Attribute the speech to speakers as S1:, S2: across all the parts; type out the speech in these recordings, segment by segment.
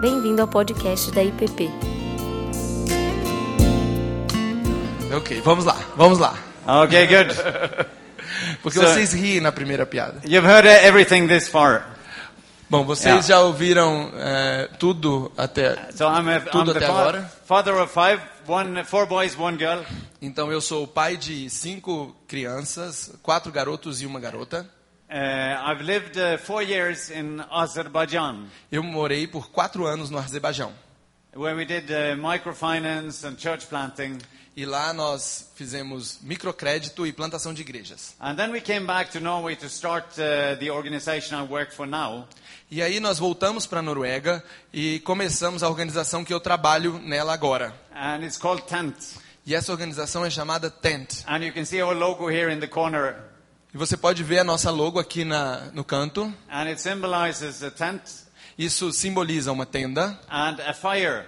S1: Bem-vindo ao podcast da IPP.
S2: Ok, vamos lá, vamos lá.
S3: Okay, good.
S2: Porque
S3: So-
S2: vocês riem na primeira piada. É.
S3: You've heard uh, everything this far.
S2: Bom, vocês já ouviram eh, tudo até.
S3: So I'm, a, I'm
S2: Tudo
S3: the
S2: até
S3: father,
S2: agora.
S3: father of five, one, four boys, one girl.
S2: Então eu sou o pai de cinco crianças, quatro garotos e uma garota.
S3: Uh, I've lived uh, four years in Azerbaijan,
S2: Eu morei por quatro anos no Azerbaijão.
S3: where we did uh, microfinance and church planting.
S2: E lá nós fizemos microcrédito e plantação de igrejas.
S3: And then we came back to Norway to start uh, the organization I work for now.
S2: E aí nós voltamos para a Noruega e começamos a organização que eu trabalho nela agora.
S3: And it's called Tent.
S2: E essa organização é chamada Tent.
S3: And you can see our logo here in the corner.
S2: E você pode ver a nossa logo aqui na, no canto.
S3: And it symbolizes a tent
S2: Isso simboliza uma tenda
S3: and a fire.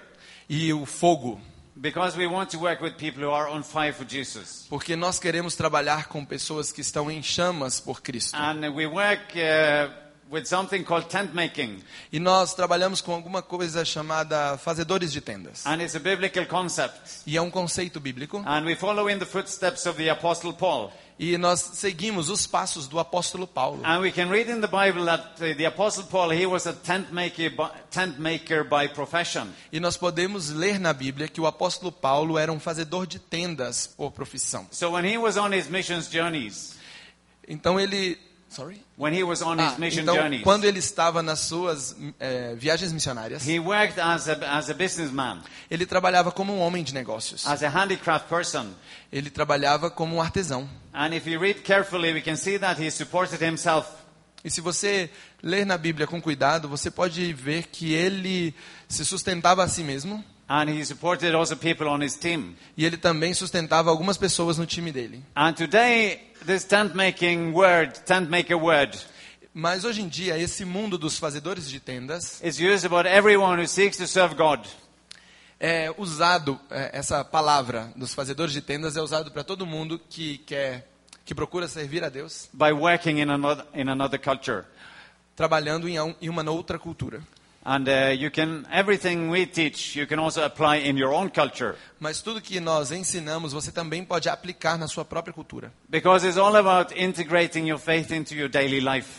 S2: e o fogo,
S3: Because we want to work with people who are on fire for Jesus.
S2: porque nós queremos trabalhar com pessoas que estão em chamas por Cristo.
S3: And we work uh, with something called tent making.
S2: E nós trabalhamos com alguma coisa chamada fazedores de tendas.
S3: And it's a biblical concept.
S2: E é um conceito bíblico.
S3: And we follow in the footsteps of the Apostle Paul.
S2: E nós seguimos os passos do apóstolo Paulo.
S3: And we can read in the Bible that uh, the Apostle Paul, he was a tent maker, by, tent maker by profession.
S2: E nós podemos ler na Bíblia que o apóstolo Paulo era um fazedor de tendas por profissão.
S3: So when he was on his missions journeys,
S2: Então ele. Sorry?
S3: when he was on
S2: Ah,
S3: his mission
S2: então,
S3: journeys,
S2: quando ele estava nas suas eh, viagens missionárias,
S3: he worked as a, as a businessman,
S2: ele trabalhava como um homem de negócios.
S3: as a handicraft person.
S2: Ele trabalhava como um artesão.
S3: And if you read carefully, we can see that he supported himself.
S2: E se você ler na Bíblia com cuidado, você pode ver que ele se sustentava a si mesmo
S3: And he supported also people on his team.
S2: e ele também sustentava algumas pessoas no time dele.
S3: And today, this tent making word, tent maker word,
S2: Mas hoje em dia, esse mundo dos fazedores de tendas
S3: is used about everyone who seeks to serve God.
S2: é usado, é, essa palavra dos fazedores de tendas é usado para todo mundo que quer, que procura servir a Deus,
S3: by working in another, in another culture.
S2: trabalhando em, um- em uma outra cultura.
S3: And uh, you can, everything we teach, you can also apply in your own culture.
S2: Mas tudo que nós ensinamos, você também pode aplicar na sua própria cultura.
S3: Because it's all about integrating your faith into your daily life.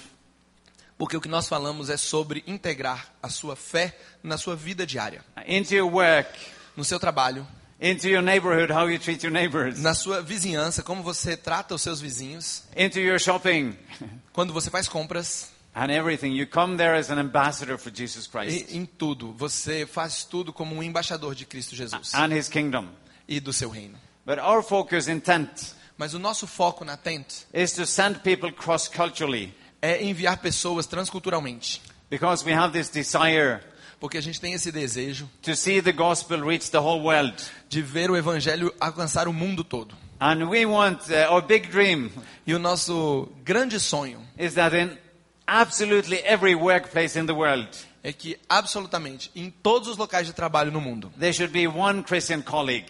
S2: Porque o que nós falamos é sobre integrar a sua fé na sua vida diária,
S3: Into your work,
S2: no seu trabalho,
S3: into your neighborhood, how you treat your neighbors,
S2: na sua vizinhança, como você trata os seus vizinhos,
S3: into your shopping,
S2: quando você faz compras,
S3: and everything. You come there as an ambassador for Jesus Christ
S2: e, em tudo. Você faz tudo como um embaixador de Cristo Jesus
S3: and his kingdom.
S2: e do seu reino.
S3: But our focus intent
S2: Mas o nosso foco na Tent
S3: is to send people cross culturally
S2: é enviar pessoas transculturalmente,
S3: because we have this desire
S2: porque a gente tem esse desejo
S3: to see the gospel reach the whole world.
S2: de ver o evangelho alcançar o mundo todo.
S3: And we want, uh, our big dream
S2: E o nosso grande sonho
S3: is that in absolutely every workplace in the world,
S2: é que absolutamente em todos os locais de trabalho no mundo
S3: there should be one Christian colleague.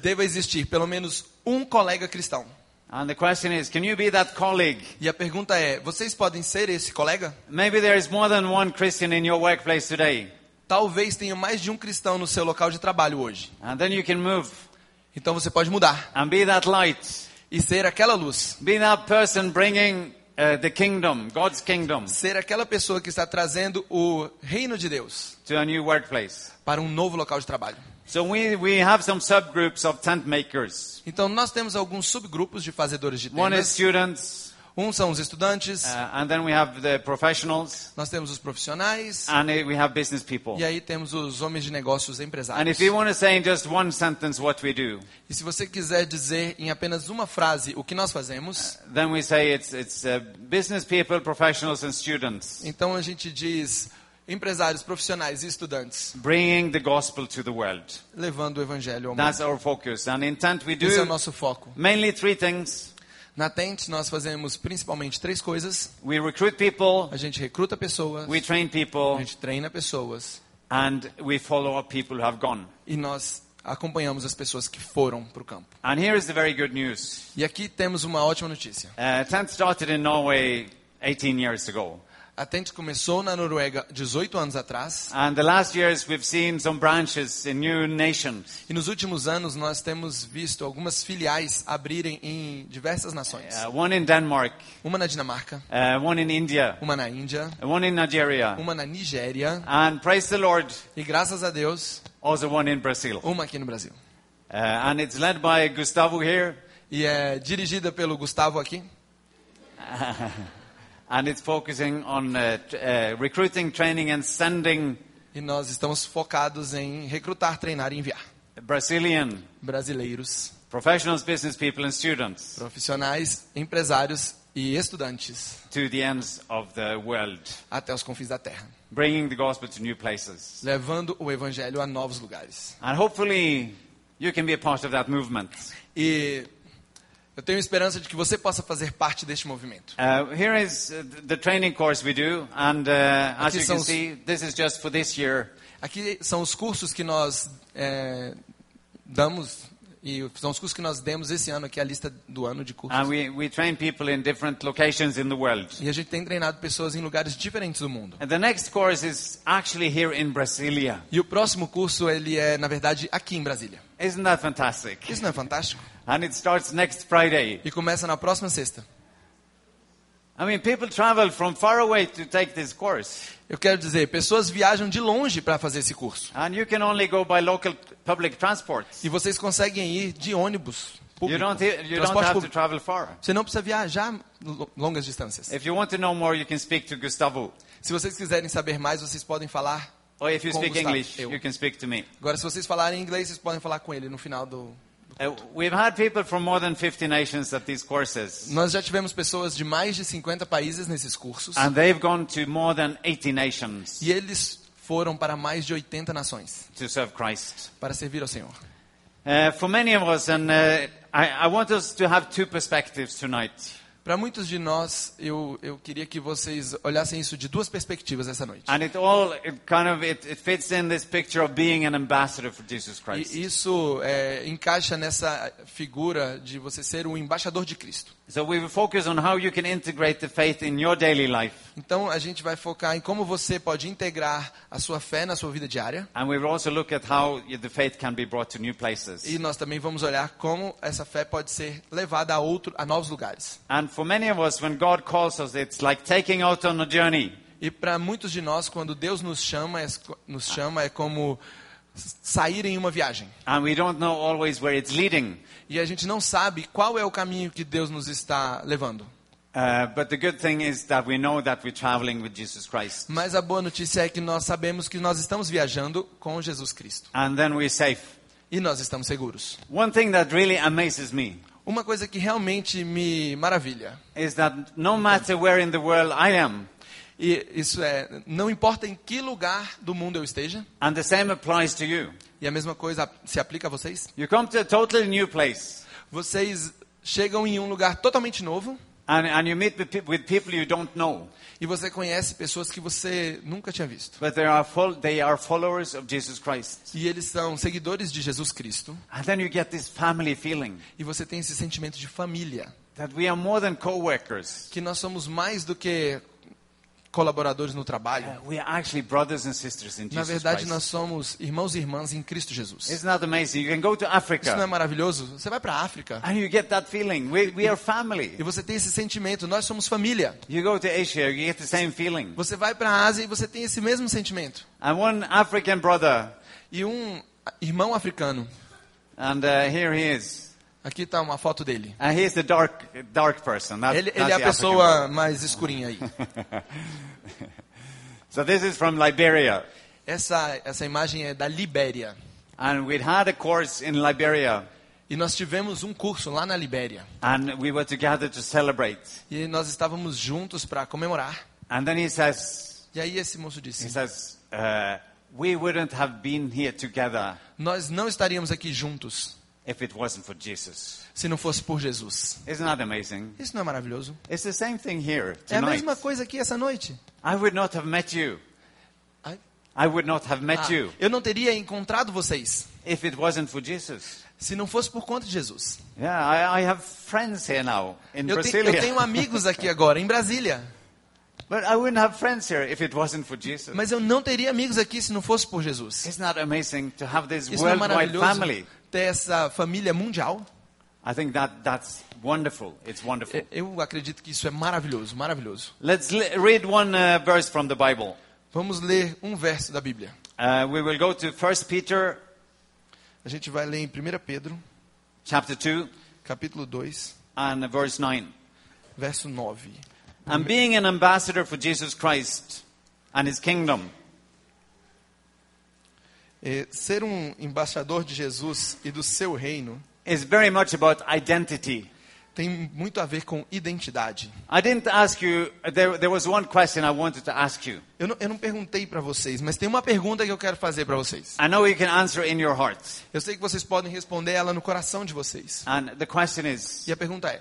S2: deva existir pelo menos um colega cristão.
S3: And the question is, can you be that colleague?
S2: E a pergunta é: vocês podem ser esse colega?
S3: Maybe there is more than one Christian in your workplace today.
S2: Talvez tenha mais de um cristão no seu local de trabalho hoje.
S3: And then you can move
S2: Então você pode mudar
S3: and be that light.
S2: e ser aquela luz,
S3: Be that person bringing uh, the kingdom, God's kingdom,
S2: ser aquela pessoa que está trazendo o reino de Deus
S3: to a new workplace.
S2: para um novo local de trabalho.
S3: So we, we have some subgroups of tent makers.
S2: Então nós temos alguns subgrupos de fazedores de
S3: One
S2: tendas.
S3: is students,
S2: Um são os estudantes,
S3: uh, and then we have the professionals,
S2: nós temos os profissionais
S3: and uh, we have business people.
S2: e aí temos os homens de negócios
S3: And if
S2: empresários.
S3: you want to say in just one sentence what we do,
S2: E se você quiser dizer em apenas uma frase o que nós fazemos,
S3: then we say it's, it's uh, business people, professionals, and students
S2: Então a gente diz empresários, profissionais e estudantes
S3: bringing the gospel to the world.
S2: levando o evangelho ao
S3: That's
S2: mundo.
S3: our focus. And intent, we
S2: Esse é o
S3: do
S2: nosso foco.
S3: mainly three things.
S2: Na Tent nós fazemos principalmente três coisas:
S3: We recruit people,
S2: a gente recruta pessoas,
S3: we train
S2: a
S3: people,
S2: gente treina pessoas
S3: and we follow up people who have gone.
S2: e nós acompanhamos as pessoas que foram para o campo.
S3: And here is the very good news.
S2: E aqui temos uma ótima notícia.
S3: Uh, tent started in Norway 18 years ago.
S2: A Tent começou na Noruega 18 anos atrás
S3: And the last years we've seen some branches in new nations.
S2: e nos últimos anos nós temos visto algumas filiais abrirem em diversas nações.
S3: Uh, one in Denmark,
S2: Uma na Dinamarca,
S3: uh, one in India,
S2: uma na Índia,
S3: one in Nigeria,
S2: uma na Nigéria
S3: and praise the Lord,
S2: e graças a Deus,
S3: also one in Brazil.
S2: uma aqui no Brasil.
S3: Uh, and it's led by Gustavo here,
S2: E é dirigida pelo Gustavo aqui
S3: and it's focusing on uh, t- uh, recruiting, training, and sending
S2: e nós estamos focados em recrutar, treinar e enviar
S3: Brazilian
S2: brasileiros,
S3: professionals, business people, and students
S2: profissionais, empresários e estudantes
S3: to the ends of the world,
S2: até os confins da terra,
S3: bringing the gospel to new places.
S2: levando o evangelho a novos lugares.
S3: And hopefully, you can be a part of that movement.
S2: E eu tenho esperança de que você possa fazer parte deste movimento.
S3: Uh, here is uh, th- the training course we do, and uh, as
S2: Aqui
S3: you can
S2: são os-
S3: see, this is just for this year.
S2: Aqui são os cursos que nós eh, damos e são os cursos que nós demos esse ano, que é a lista do ano de cursos.
S3: And we, we train people in different locations in the world.
S2: E a gente tem treinado pessoas em lugares diferentes do mundo.
S3: And the next course is actually here in Brasilia.
S2: E o próximo curso ele é, na verdade, aqui em Brasília.
S3: Isn't that fantastic?
S2: Isso não é fantástico?
S3: And it starts next Friday.
S2: E começa na próxima sexta.
S3: I mean, people travel from far away to take this course.
S2: Eu quero dizer, pessoas viajam de longe para fazer esse curso.
S3: And you can only go by local public transport.
S2: E vocês conseguem ir de ônibus
S3: You
S2: público.
S3: don't, he- you don't
S2: transporte
S3: have to
S2: público.
S3: travel far.
S2: Você não precisa viajar lo- longas distâncias.
S3: If you want to know more, you can speak to Gustavo.
S2: Se vocês quiserem saber mais, vocês podem falar.
S3: Or if you
S2: com
S3: speak
S2: Gustavo,
S3: English,
S2: eu.
S3: you can speak to me.
S2: Agora, se vocês falarem inglês, vocês podem falar com ele no final do.
S3: Uh, we've had people from more than 50 nations at these courses,
S2: Nós já tivemos pessoas de mais de 50 países nesses cursos
S3: and they've gone to more than 80 nations
S2: e eles foram para mais de 80 nações
S3: to serve Christ.
S2: para servir ao Senhor.
S3: Uh, for many of us, and uh, I, I want us to have two perspectives tonight.
S2: Para muitos de nós, eu, eu queria que vocês olhassem isso de duas perspectivas essa noite.
S3: And it all it kind of it, it fits in this picture of being an ambassador for Jesus Christ.
S2: E isso é, encaixa nessa figura de você ser o embaixador de Cristo.
S3: So we will focus on how you can integrate the faith in your daily life,
S2: Então, a gente vai focar em como você pode integrar a sua fé na sua vida diária.
S3: and we will also look at how you- the faith can be brought to new places.
S2: E nós também vamos olhar como essa fé pode ser levada a outro, a novos lugares.
S3: And for many of us, when God calls us, it's like taking out on a journey.
S2: E para muitos de nós, quando Deus nos chama, é, nos chama é como sair em uma viagem.
S3: And we don't know always where it's leading.
S2: E a gente não sabe qual é o caminho que Deus nos está levando.
S3: Uh, but the good thing is that we know that we're traveling with Jesus Christ.
S2: Mas a boa notícia é que nós sabemos que nós estamos viajando com Jesus Cristo
S3: And then we're safe.
S2: e nós estamos seguros.
S3: One thing that really amazes me
S2: Uma coisa que realmente me maravilha
S3: is that no matter where in the world I am,
S2: e isso é, não importa em que lugar do mundo eu esteja,
S3: and the same applies to you,
S2: e a mesma coisa se aplica a vocês.
S3: you come to a totally new place
S2: Vocês chegam em um lugar totalmente novo
S3: and, and you meet with, peop- with people you don't know,
S2: e você conhece pessoas que você nunca tinha visto.
S3: but they are, fol- they are followers of Jesus Christ.
S2: E eles são seguidores de Jesus Cristo
S3: And then you get this family feeling
S2: e você tem esse sentimento de família,
S3: that we are more than co workers,
S2: que nós somos mais do que colaboradores no trabalho.
S3: we are actually brothers and sisters in
S2: Na
S3: É, Jesus
S2: verdade, nós
S3: Christ.
S2: somos irmãos e irmãs em Cristo Jesus.
S3: Isn't that amazing? You can go
S2: Isso
S3: to
S2: não é
S3: Africa
S2: maravilhoso? Você vai para a África
S3: and you get that feeling. We, we are family.
S2: e você tem esse sentimento, nós somos família.
S3: You go to Asia, you get the same feeling.
S2: Você vai para a Ásia e você tem esse mesmo sentimento.
S3: And one African brother,
S2: E um irmão africano,
S3: and uh, here he is.
S2: aqui está uma foto dele.
S3: And he's the dark, dark person. That,
S2: Ele,
S3: that's
S2: ele é a
S3: the African
S2: pessoa mais escurinha aí.
S3: brother. So this is from Liberia.
S2: Essa, essa imagem é da Libéria.
S3: And we'd had a course in Liberia,
S2: E nós tivemos um curso lá na Libéria.
S3: and we were together to celebrate.
S2: E nós estávamos juntos para comemorar.
S3: And then he says,
S2: E aí esse moço
S3: he
S2: disse:
S3: says, uh, we wouldn't have been here together
S2: Nós não estaríamos aqui juntos
S3: if it wasn't for Jesus.
S2: se não fosse por Jesus.
S3: Isn't that amazing?
S2: Isso não é maravilhoso?
S3: It's the same thing here
S2: É a
S3: tonight.
S2: mesma coisa aqui essa noite.
S3: I would not have met you.
S2: Ai,
S3: I would not have met
S2: ah,
S3: you
S2: eu não teria encontrado vocês
S3: if it wasn't for Jesus.
S2: se não fosse por conta de Jesus.
S3: Yeah, I, I have friends here now in
S2: Eu, te- eu
S3: Brasilia.
S2: tenho amigos aqui agora, em Brasília.
S3: But I wouldn't have friends here if it wasn't for Jesus.
S2: Mas eu não teria amigos aqui se não fosse por Jesus.
S3: Isn't that amazing to have this
S2: Isso não é
S3: worldwide
S2: maravilhoso
S3: family?
S2: ter essa família mundial.
S3: I think that that's wonderful. It's wonderful.
S2: É, Eu acredito que isso é maravilhoso, maravilhoso.
S3: Let's li- read one uh, verse from the Bible.
S2: Vamos ler um verso da Bíblia.
S3: Uh, we will go to 1 Peter
S2: A gente vai ler em 1 Pedro,
S3: chapter 2
S2: capítulo 2,
S3: and verse 9.
S2: verso 9.
S3: And being an ambassador for Jesus Christ and his kingdom,
S2: É, ser um embaixador de Jesus e do seu reino
S3: is very much about identity.
S2: tem muito a ver com identidade.
S3: I didn't ask you, there, there was one question I wanted to ask you.
S2: Eu não, eu não perguntei para vocês, mas tem uma pergunta que eu quero fazer para vocês.
S3: I know you can answer in your heart.
S2: Eu sei que vocês podem responder ela no coração de vocês.
S3: And the question is
S2: E a pergunta é: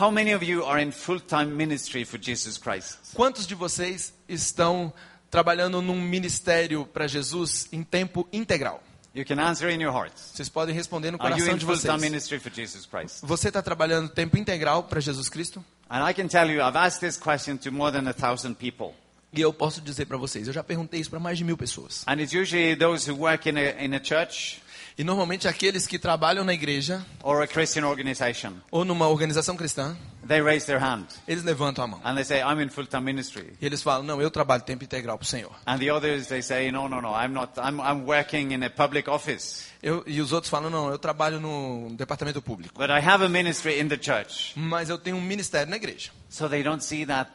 S3: how many of you are in full time ministry for Jesus Christ?
S2: quantos de vocês estão trabalhando num ministério para Jesus em tempo integral?
S3: You can answer in your heart.
S2: Vocês podem responder no
S3: Are you
S2: coração
S3: in
S2: de
S3: full time
S2: vocês.
S3: ministry for Jesus Christ?
S2: Você está trabalhando tempo integral para Jesus Cristo?
S3: And I can tell you, I've asked this question to more than a thousand people.
S2: E eu posso dizer para vocês, eu já perguntei isso para mais de mil pessoas.
S3: And it's usually those who work in a, in a church
S2: E normalmente aqueles que trabalham na igreja
S3: or a Christian organization.
S2: ou numa organização cristã,
S3: They raise their hand
S2: eles levantam a mão.
S3: and they say, I'm in full time ministry.
S2: E eles falam, não, eu trabalho tempo integral para o Senhor.
S3: And the others, they say, no, no, no, I'm not, I'm, I'm working in a public office,
S2: Eu, e os outros falam, não, eu trabalho no departamento público.
S3: but I have a ministry in the church.
S2: Mas eu tenho um ministério na igreja.
S3: So they don't see that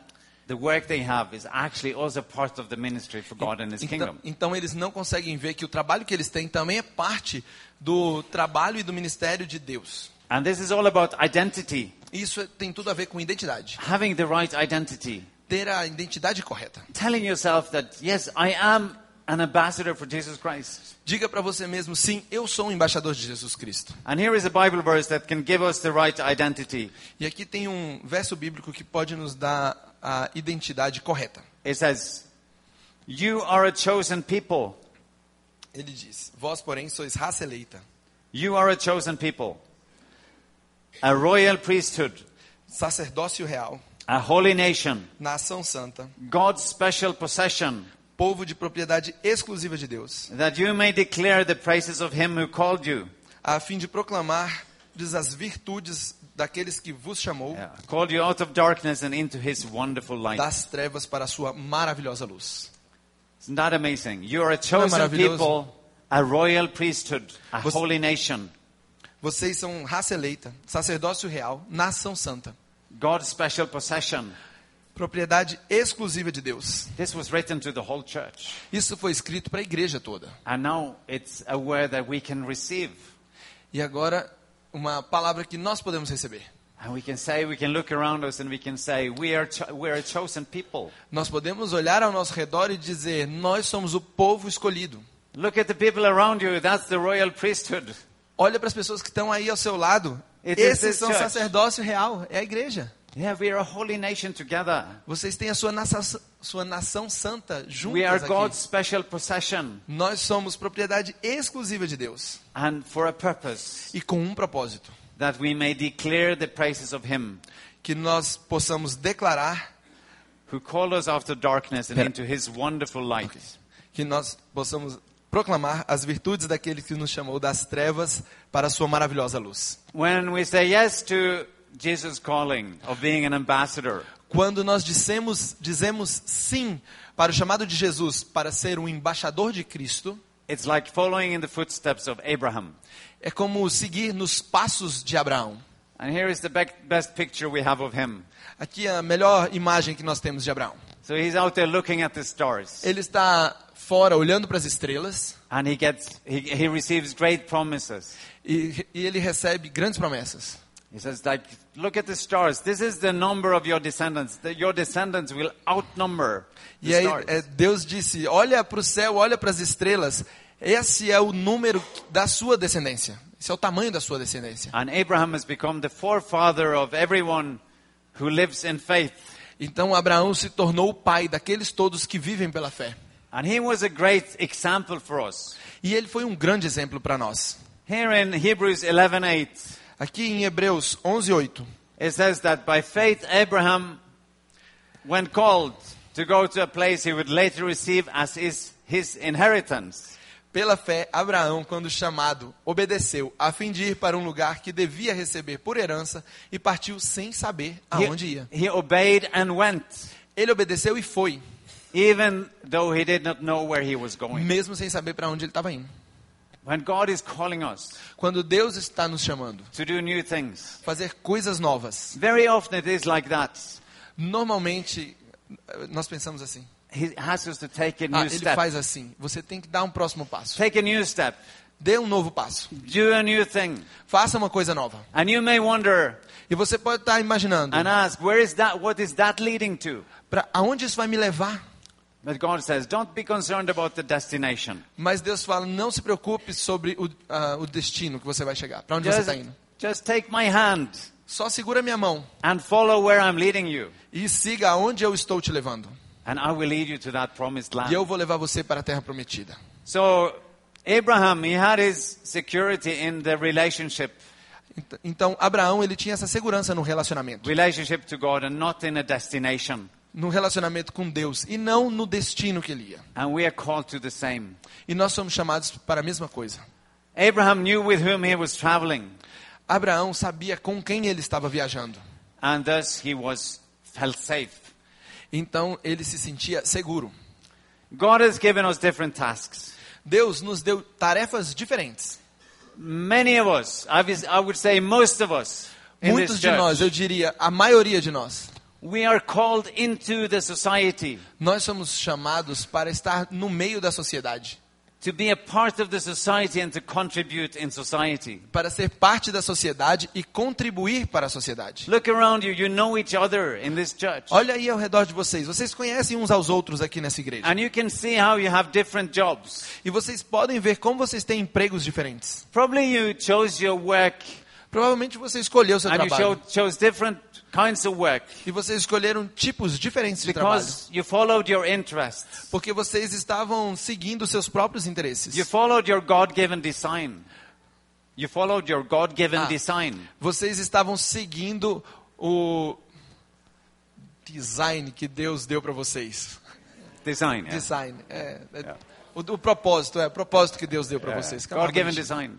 S3: the work they have is actually also part of the ministry for God and His
S2: Então,
S3: kingdom.
S2: então eles não conseguem ver que o trabalho que eles têm também é parte do trabalho e do ministério de Deus.
S3: And this is all about identity,
S2: Isso é- tem tudo a ver com identidade.
S3: having the right identity.
S2: Ter a identidade correta.
S3: telling yourself that yes, I am an ambassador for Jesus Christ.
S2: Diga para você mesmo, sim, eu sou um embaixador de Jesus Cristo.
S3: And here is a Bible verse that can give us the right identity.
S2: E aqui tem um verso bíblico que pode nos dar a identidade correta.
S3: It says, "You are a chosen people.
S2: Ele diz: Vós, porém, sois raça eleita,
S3: You are a chosen people, a royal priesthood,
S2: sacerdócio real,
S3: a holy nation,
S2: nação santa,
S3: God's special possession,
S2: povo de propriedade exclusiva de Deus,
S3: that you may declare the praises of him who called you."
S2: a fim de proclamar as virtudes daqueles que vos chamou
S3: Yeah. uh, Called you out of darkness and into his wonderful light.
S2: das trevas para a sua maravilhosa luz.
S3: Isn't that amazing? You are a chosen
S2: maravilhoso?
S3: people, a royal priesthood, a
S2: Você-
S3: holy nation,
S2: Vocês são raça eleita, sacerdócio real, nação santa,
S3: God's special possession.
S2: propriedade exclusiva de Deus.
S3: This was written to the whole church.
S2: Isso foi escrito para a igreja toda.
S3: And now it's a word that we can receive.
S2: E agora, uma palavra que nós podemos receber.
S3: And we can say, we can look around us and we can say, we are, cho- we are a chosen people.
S2: Nós podemos olhar ao nosso redor e dizer: Nós somos o povo escolhido.
S3: Look at the people around you. That's the royal priesthood.
S2: Olha para as pessoas que estão aí ao seu lado.
S3: It is
S2: Esses
S3: the
S2: são o
S3: church.
S2: sacerdócio real, é a igreja.
S3: Yeah, we are a holy nation together.
S2: Vocês têm a sua, naça, sua nação santa juntos.
S3: We are
S2: aqui.
S3: God's special possession
S2: Nós somos propriedade exclusiva de Deus
S3: and for a purpose
S2: e com um propósito:
S3: that we may declare the praises of Him
S2: que nós possamos declarar,
S3: who called us out of darkness and
S2: Pera-
S3: into His wonderful light.
S2: que nós possamos proclamar as virtudes daquele que nos chamou das trevas para a sua maravilhosa luz.
S3: When we say yes to Jesus' calling of being an ambassador,
S2: Quando nós dissemos, dizemos sim para o chamado de Jesus para ser um embaixador de Cristo,
S3: it's like following in the footsteps of Abraham.
S2: é como seguir nos passos de Abraão.
S3: And here is the bec- best picture we have of him.
S2: Aqui é a melhor imagem que nós temos de Abraão.
S3: So he's out there looking at the stars,
S2: Ele está fora olhando para as estrelas
S3: and he gets he, he receives great promises.
S2: e, e ele recebe grandes promessas.
S3: He says, like, look at the stars. This is the number of your descendants. The, your descendants will outnumber the
S2: E aí
S3: stars.
S2: é, Deus disse: Olha para o céu, olha para as estrelas. Esse é o número da sua descendência. Esse é o tamanho da sua descendência.
S3: And Abraham has become the forefather of everyone who lives in faith.
S2: Então Abraão se tornou o pai daqueles todos que vivem pela fé.
S3: And he was a great example for us.
S2: E ele foi um grande exemplo para nós.
S3: Here in Hebrews 11:8,
S2: Aqui em Hebreus 11:8,
S3: it says that by faith Abraham when called to go to a place he would later receive as his, his inheritance.
S2: Pela fé, Abraão, quando chamado, obedeceu, a fim de ir para um lugar que devia receber por herança e partiu sem saber
S3: He-
S2: aonde ia.
S3: he obeyed and went,
S2: Ele obedeceu e foi,
S3: even though he did not know where he was going.
S2: mesmo sem saber para onde ele estava indo.
S3: When God is calling us
S2: Quando Deus está nos chamando,
S3: to do new things,
S2: fazer coisas novas,
S3: very often it is like that.
S2: normalmente eh, nós pensamos assim:
S3: He asks us to take a new
S2: ah, ele
S3: step.
S2: faz assim, você tem que dar um próximo passo,
S3: Take a new step.
S2: dê um novo passo,
S3: Do a new thing.
S2: faça uma coisa nova.
S3: And you may wonder
S2: E você pode estar imaginando
S3: and ask, where is that? What is that leading to?
S2: pra aonde isso vai me levar.
S3: But God says, don't be concerned about the destination.
S2: Mas Deus fala: não se preocupe sobre o, ah, o destino que você vai chegar, para onde você
S3: Just,
S2: está indo.
S3: just take my hand
S2: Só segura minha mão
S3: and follow where I'm leading you.
S2: e siga aonde eu estou te levando.
S3: And I will lead you to that promised land.
S2: E eu vou levar você para a terra prometida.
S3: So Abraham, he had his security in the relationship,
S2: Ent- Então, Abraão, ele tinha essa segurança no relacionamento.
S3: relationship to God and not in a destination.
S2: No relacionamento com Deus e não no destino que ele ia.
S3: And we are called to the same.
S2: E nós somos chamados para a mesma coisa.
S3: Abraham knew with whom he was traveling
S2: Abraão sabia com quem ele estava viajando.
S3: and thus he was felt safe.
S2: Então, ele se sentia seguro.
S3: God has given us different tasks.
S2: Deus nos deu tarefas diferentes.
S3: Many of us, I vis- I would say most of us in
S2: Muitos
S3: this
S2: de nós,
S3: church,
S2: eu diria a maioria de nós,
S3: we are called into the society
S2: nós somos chamados para estar no meio da sociedade,
S3: to be a part of the society and to contribute in society.
S2: para ser parte da sociedade e contribuir para a sociedade.
S3: Look around you, you know each other in this church.
S2: Olha aí ao redor de vocês, vocês conhecem uns aos outros aqui nessa igreja.
S3: And you can see how you have different jobs.
S2: E vocês podem ver como vocês têm empregos diferentes.
S3: Probably you chose your work
S2: Provavelmente você escolheu seu
S3: and you cho-
S2: trabalho.
S3: chose different kinds of work
S2: E vocês escolheram tipos diferentes de trabalho.
S3: because you followed your interests.
S2: Porque vocês estavam seguindo seus próprios interesses.
S3: You followed your God-given design. You followed your God-given
S2: Ah.
S3: design.
S2: Vocês estavam seguindo o design que Deus deu para vocês.
S3: Design. yeah.
S2: Design. É, é- o, o propósito, é o propósito que Deus deu para
S3: Yeah.
S2: vocês. Calma,
S3: God-given
S2: bonitinho.
S3: design.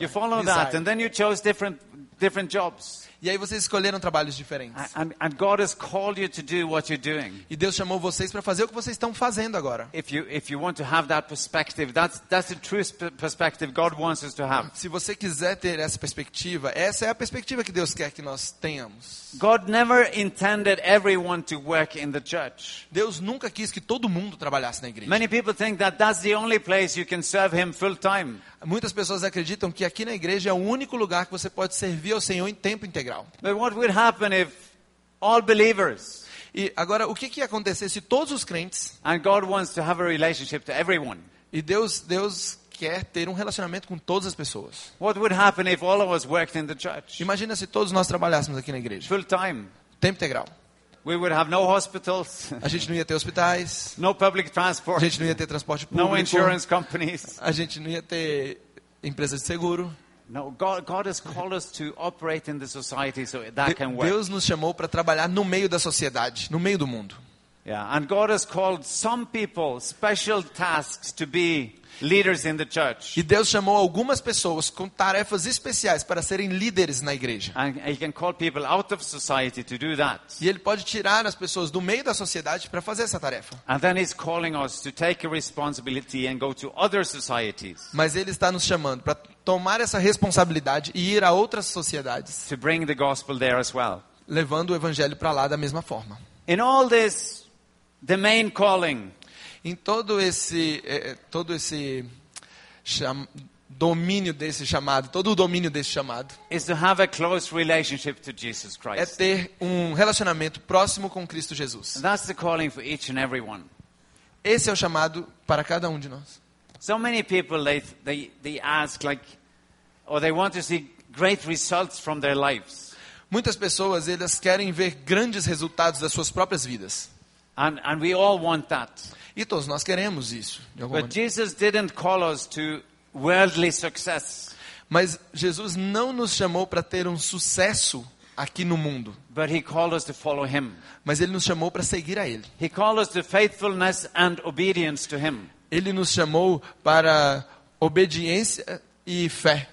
S3: You followed that
S2: Design.
S3: and then you chose different different jobs.
S2: E aí vocês escolheram trabalhos diferentes.
S3: A- And, and God has called you to do what you're doing.
S2: E Deus chamou vocês para fazer o que vocês estão fazendo agora.
S3: If you if you want to have that perspective, that's that's the true sp- perspective God wants us to have.
S2: Se você quiser ter essa perspectiva, essa é a perspectiva que Deus quer que nós tenhamos.
S3: God never intended everyone to work in the church.
S2: Deus nunca quis que todo mundo trabalhasse na igreja.
S3: Many people think that that's the only place you can serve Him full time.
S2: Muitas pessoas acreditam que aqui na igreja é o único lugar que você pode servir ao Senhor em tempo integral.
S3: But what would happen if all believers,
S2: E agora, o que, que ia acontecer se todos os crentes,
S3: and God wants to have a relationship to everyone,
S2: e Deus, Deus quer ter um relacionamento com todas as pessoas.
S3: what would happen if all of us worked in the church
S2: Imagina se todos nós trabalhássemos aqui na igreja,
S3: full time?
S2: tempo integral.
S3: We would have no hospitals,
S2: A gente não ia ter hospitais,
S3: no public
S2: a
S3: transport,
S2: gente não ia ter transporte
S3: no
S2: público,
S3: insurance companies.
S2: a gente não ia ter empresa de seguro.
S3: No, God, God has called us to operate in the society so that
S2: De-
S3: can work.
S2: Deus nos chamou para trabalhar no meio da sociedade, no meio do mundo.
S3: Yeah, and God has called some people special tasks to be leaders in the church.
S2: E Deus chamou algumas pessoas com tarefas especiais para serem líderes na igreja.
S3: And He can call people out of society to do that.
S2: E ele pode tirar as pessoas do meio da sociedade para fazer essa tarefa.
S3: And then He's calling us to take a responsibility and go to other societies
S2: Mas ele está nos chamando para tomar essa responsabilidade e ir a outras sociedades,
S3: to bring the gospel there as well.
S2: levando o evangelho para lá da mesma forma.
S3: In all this, the main calling
S2: Em todo esse, eh, eh, todo esse cham- domínio desse chamado, todo o domínio desse chamado,
S3: is to have a close relationship to Jesus
S2: é
S3: Christ.
S2: ter um relacionamento próximo com Cristo Jesus.
S3: And that's the calling for each and everyone.
S2: Esse é o chamado para cada um de nós.
S3: So many people they, they, they ask like, or they want to see great results from their lives.
S2: Muitas pessoas elas querem ver grandes resultados das suas próprias vidas.
S3: And, and we all want that.
S2: E todos nós queremos isso, de alguma
S3: But
S2: maneira.
S3: Jesus didn't call us to worldly success.
S2: Mas Jesus não nos chamou para ter um sucesso aqui no mundo.
S3: but he called us to follow him.
S2: Mas ele nos chamou para seguir a ele.
S3: He called us to faithfulness and obedience to him.
S2: Ele nos chamou para obediência e fé.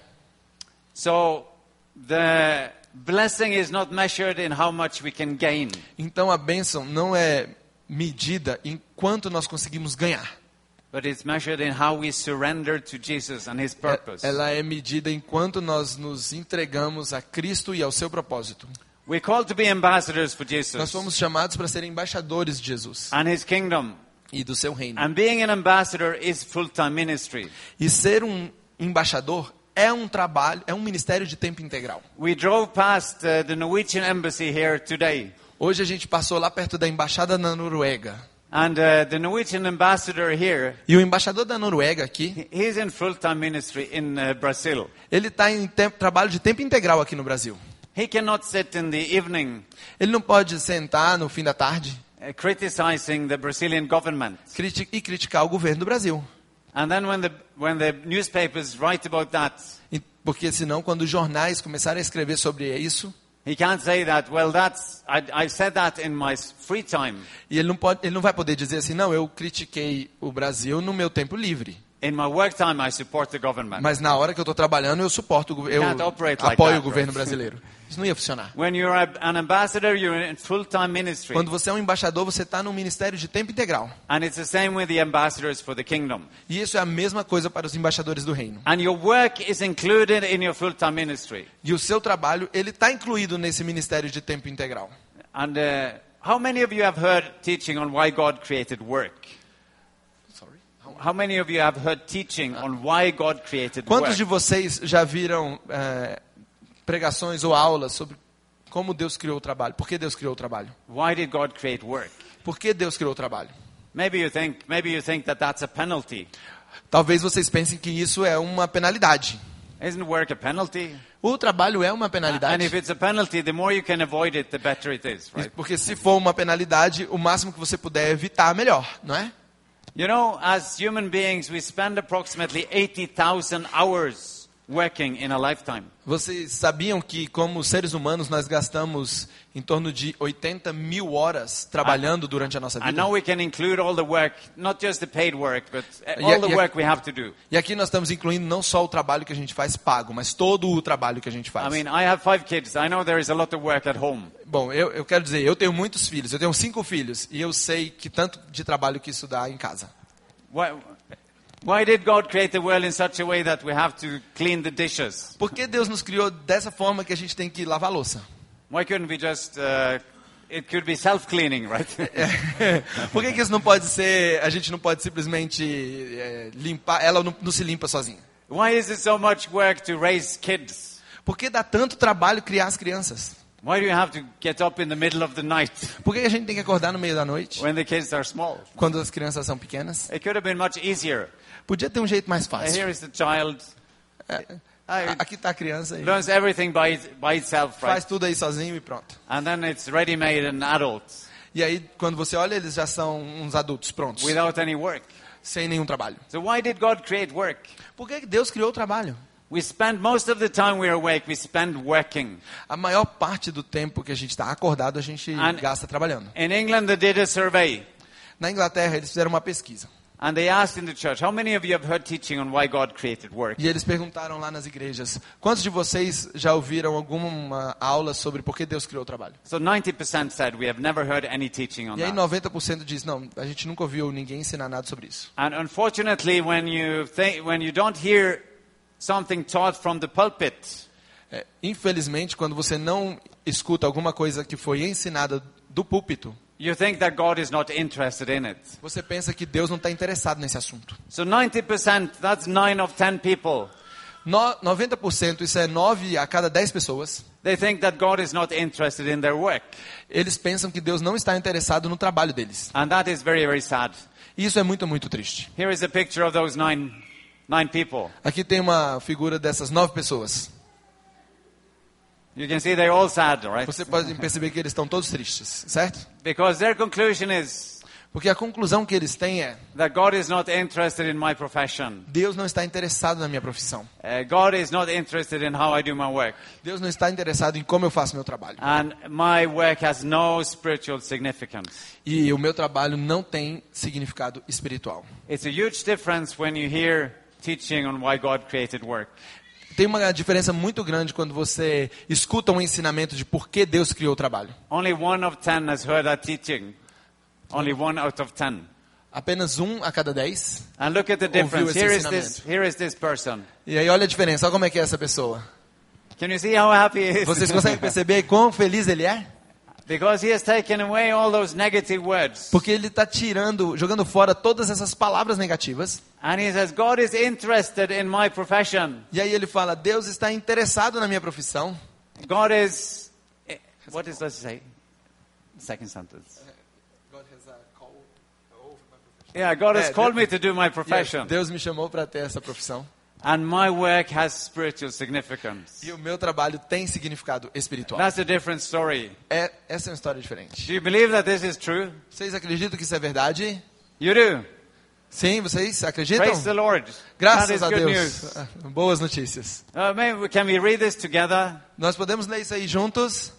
S3: So the blessing is not measured in how much we can gain.
S2: Então a bênção não é medida em quanto nós conseguimos ganhar.
S3: But it's measured in how we surrender to Jesus and his
S2: É-
S3: purpose.
S2: Ela é medida enquanto nós nos entregamos a Cristo e ao seu propósito.
S3: We're called to be ambassadors for
S2: Nós
S3: Jesus
S2: fomos chamados para ser embaixadores de Jesus
S3: and his kingdom.
S2: e do seu reino.
S3: And being an ambassador is full-time ministry.
S2: E ser um embaixador é um trabalho, é um ministério de tempo integral.
S3: We drove past uh, the Norwegian embassy here today.
S2: Hoje a gente passou lá perto da embaixada na Noruega.
S3: And uh, the Norwegian ambassador here,
S2: E o embaixador da Noruega aqui,
S3: he- he's in full-time ministry in uh, Brazil.
S2: ele está em tempo- trabalho de tempo integral aqui no Brasil.
S3: He cannot sit in the evening
S2: Ele não pode sentar no fim da tarde
S3: uh, criticizing the Brazilian government.
S2: criti- e criticar o governo do Brasil.
S3: And then when the, when the newspapers write about that,
S2: E- Porque senão, quando os jornais começarem a escrever sobre isso,
S3: he can't say that, well, that's, I, I said that in my s- free time,
S2: e ele não, pode, ele não vai poder dizer assim, não, eu critiquei o Brasil no meu tempo livre.
S3: in my work time I support the government.
S2: Mas na hora que eu estou trabalhando, eu suporto, o go- eu
S3: Can't operate like
S2: apoio
S3: that,
S2: o governo
S3: right?
S2: brasileiro. Isso não ia funcionar.
S3: When you're a- an ambassador, you're in full-time ministry.
S2: Quando você é um embaixador, você está num ministério de tempo integral.
S3: And it's the same with the ambassadors for the kingdom.
S2: E isso é a mesma coisa para os embaixadores do reino.
S3: And your work is included in your full-time ministry.
S2: E o seu trabalho, ele está incluído nesse ministério de tempo integral.
S3: And uh, how many of you have heard teaching on why God created work? How many of you have heard teaching on why God created
S2: Quantos de
S3: work?
S2: vocês já viram eh, pregações ou aulas sobre como Deus criou o trabalho? Por que Deus criou o trabalho?
S3: Why did God create work?
S2: Por que Deus criou o trabalho?
S3: Maybe you think maybe you think that that's a penalty.
S2: Talvez vocês pensem que isso é uma penalidade.
S3: Isn't work a penalty?
S2: O trabalho é uma
S3: And if
S2: penalidade.
S3: it's a penalty, the more you can avoid it, the better it is, right?
S2: Porque se for uma penalidade, o máximo que você puder evitar, melhor, não é?
S3: You know, as human beings, we spend approximately 80,000 hours working in a lifetime.
S2: Vocês sabiam que, como seres humanos, nós gastamos em torno de 80 mil horas trabalhando durante a nossa
S3: And
S2: vida?
S3: now we can include all the work, not just the paid work, but uh,
S2: Yeah,
S3: all the
S2: yeah.
S3: work we have to do.
S2: E aqui nós estamos incluindo não só o trabalho que a gente faz pago, mas todo o trabalho que a gente
S3: I
S2: faz.
S3: mean, I have five kids. I know there is a lot of work at home.
S2: Bom, eu, eu quero dizer, eu tenho muitos filhos, eu tenho cinco filhos, e eu sei que tanto de trabalho que isso dá em casa.
S3: Why, why did God create the world in such a way that we have to clean the dishes?
S2: Por que Deus nos criou dessa forma que a gente tem que lavar a louça?
S3: Why couldn't we just, uh, it could be self-cleaning, right?
S2: Por que, que isso não pode ser, a gente não pode simplesmente é, limpar, ela não, não se limpa sozinha?
S3: Why is it so much work to raise kids?
S2: Por que dá tanto trabalho criar as crianças?
S3: Why do you have to get up in the middle of the night
S2: Por que que a gente tem que acordar no meio da noite,
S3: when the kids are small?
S2: quando as crianças são pequenas?
S3: It could have been much easier.
S2: Podia ter um jeito mais
S3: Uh,
S2: fácil.
S3: Here is the child.
S2: É,
S3: I-
S2: a- aqui está a criança e
S3: Learns everything by, it- by itself, right?
S2: faz tudo aí sozinho e pronto.
S3: And then it's ready-made and adult
S2: E aí, quando você olha, eles já são uns adultos prontos,
S3: without any work.
S2: sem nenhum trabalho.
S3: So why did God create work?
S2: Por que que Deus criou o trabalho?
S3: We spend most of the time we're awake, we spend working.
S2: A maior parte do tempo que a gente está acordado, a gente
S3: And-
S2: gasta trabalhando.
S3: In England, they did a survey
S2: Na Inglaterra, eles fizeram uma pesquisa.
S3: and they asked in the church, How many of you have heard teaching on why God created work?
S2: E eles perguntaram lá nas igrejas: quantos de vocês já ouviram alguma aula sobre por que Deus criou o trabalho?
S3: So 90% said, We have never heard any teaching on
S2: E aí
S3: that.
S2: 90% diz: não, a gente nunca ouviu ninguém ensinar nada sobre isso.
S3: And unfortunately, when you, think, when you don't hear something taught from the pulpit,
S2: É, infelizmente, quando você não escuta alguma coisa que foi ensinada do púlpito,
S3: you think that God is not interested in it.
S2: você pensa que Deus não está interessado nesse assunto.
S3: So 90%, that's 9 of 10 people,
S2: No, 90%, isso é 9 a cada 10 pessoas,
S3: they think that God is not interested in their work.
S2: eles pensam que Deus não está interessado no trabalho deles.
S3: And that is very, very sad.
S2: E isso é muito, muito triste.
S3: Here is a picture of those nine, nine people.
S2: Aqui tem uma figura dessas nove pessoas.
S3: You can see they're all sad, right?
S2: Você pode perceber que eles estão todos tristes, certo?
S3: Because their conclusion is
S2: Porque a conclusão que eles têm é:
S3: that God is not interested in my profession.
S2: Deus não está interessado na minha profissão.
S3: Uh, God is not interested in how I do my work.
S2: Deus não está interessado em como eu faço meu trabalho.
S3: And my work has no spiritual significance.
S2: E o meu trabalho não tem significado espiritual.
S3: It's a huge difference when you hear teaching on why God created work.
S2: Tem uma diferença muito grande quando você escuta um ensinamento de por que Deus criou o trabalho.
S3: Only one of ten has heard that teaching. Only one out of ten.
S2: Apenas um a cada dez.
S3: And look at the
S2: Ouviu
S3: difference.
S2: esse
S3: Here is
S2: ensinamento.
S3: this, here is this person.
S2: E aí olha a diferença, olha como é que é essa pessoa.
S3: Can you see how happy he is?
S2: Vocês conseguem perceber quão feliz ele é?
S3: because he has taken away all those negative words.
S2: Porque ele está tirando, jogando fora todas essas palavras negativas.
S3: And he says, God is interested in my profession.
S2: E aí ele fala: Deus está interessado na minha profissão.
S3: God is. eh, What does this say? Second sentence. Yeah, God has
S2: Yeah,
S3: called
S2: the-
S3: me to do my profession.
S2: Deus me chamou para ter essa profissão.
S3: And my work has spiritual significance.
S2: E o meu trabalho tem significado espiritual.
S3: That's a different story.
S2: É, essa é uma história diferente.
S3: Do you believe that this is true?
S2: Vocês acreditam que isso é verdade?
S3: You do.
S2: Sim, vocês acreditam?
S3: Praise the Lord. That is
S2: Graças a
S3: good
S2: Deus.
S3: news.
S2: Ah, Boas notícias.
S3: Uh, maybe we- can we read this together
S2: Nós podemos ler isso aí juntos?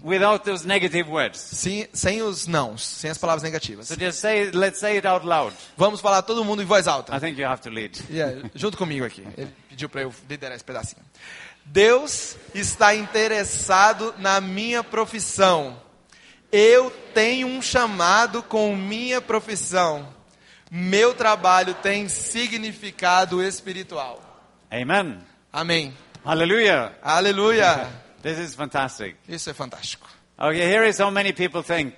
S3: without those negative words?
S2: Sim, sem os nãos, sem as palavras negativas.
S3: So just say, it- let's say it out loud.
S2: Vamos falar todo mundo em voz alta.
S3: I think you have to lead.
S2: Yeah, junto comigo aqui. Ele pediu para eu liderar esse pedacinho. Deus está interessado na minha profissão. Eu tenho um chamado com minha profissão. Meu trabalho tem significado espiritual.
S3: Amen.
S2: Amém.
S3: Hallelujah.
S2: Aleluia.
S3: This is fantastic.
S2: Isso é fantástico.
S3: Okay, here is how many people think.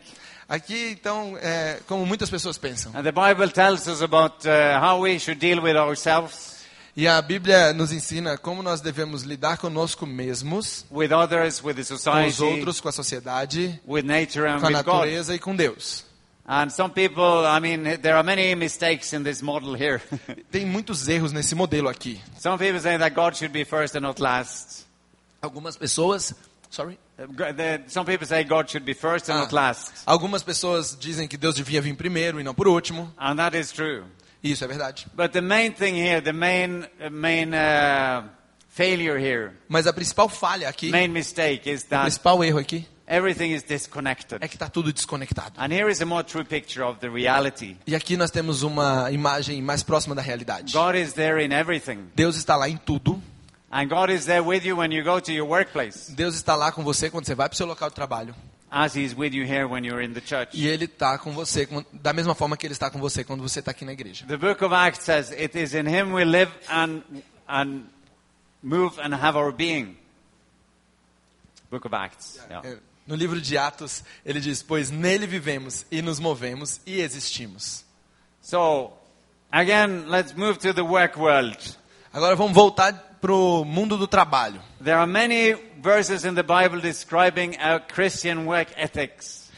S2: Aqui, então, é, como muitas pessoas pensam,
S3: And the Bible tells us about uh, how we should deal with ourselves,
S2: e a Bíblia nos ensina como nós devemos lidar conosco mesmos,
S3: with others, with the
S2: com os
S3: society,
S2: outros, com a sociedade,
S3: with nature, and
S2: com a
S3: with God.
S2: natureza e com Deus.
S3: And some people, I mean, there are many mistakes in this model here.
S2: Tem muitos erros nesse modelo aqui.
S3: some people say that God should be first and not last.
S2: Algumas pessoas, sorry,
S3: Uh, g- the- Some people say God should be first and
S2: Ah.
S3: not last.
S2: algumas pessoas dizem que Deus devia vir primeiro e não por último.
S3: And that is true.
S2: E isso é verdade.
S3: But the main thing here, the main, uh, main uh, failure here,
S2: Mas a principal falha aqui,
S3: main mistake is
S2: o
S3: that
S2: principal erro aqui
S3: everything is disconnected.
S2: é que está tudo desconectado.
S3: And here is a more true picture of the reality.
S2: E aqui nós temos uma imagem mais próxima da realidade.
S3: God is there in everything.
S2: Deus está lá em tudo.
S3: And God is there with you when you go to your workplace,
S2: Deus está lá com você quando você vai para o seu local de trabalho.
S3: as He's with you here when you're in the church.
S2: E Ele está com você com- da mesma forma que Ele está com você quando você está aqui na igreja.
S3: The book of Acts says, It is in Him we live and, and move and have our being. Book of Acts. Yeah.
S2: É, No livro de Atos, ele diz: Pois nele vivemos e nos movemos e existimos.
S3: So, again, let's move to the work world.
S2: Agora vamos voltar pro mundo do trabalho.
S3: There are many verses in the Bible describing our Christian work ethics.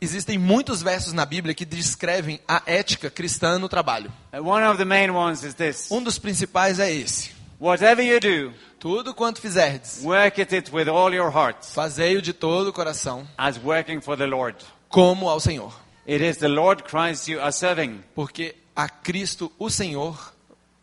S2: Existem muitos versos na Bíblia que descrevem a ética cristã no trabalho.
S3: And Uh, One of the main ones is this
S2: Um dos principais é esse:
S3: Whatever you do,
S2: Tudo quanto fizerdes,
S3: Work at it with all your heart,
S2: fazei-o de todo o coração,
S3: as working for the Lord.
S2: como ao Senhor,
S3: It is the Lord Christ you are serving.
S2: porque a Cristo, o Senhor,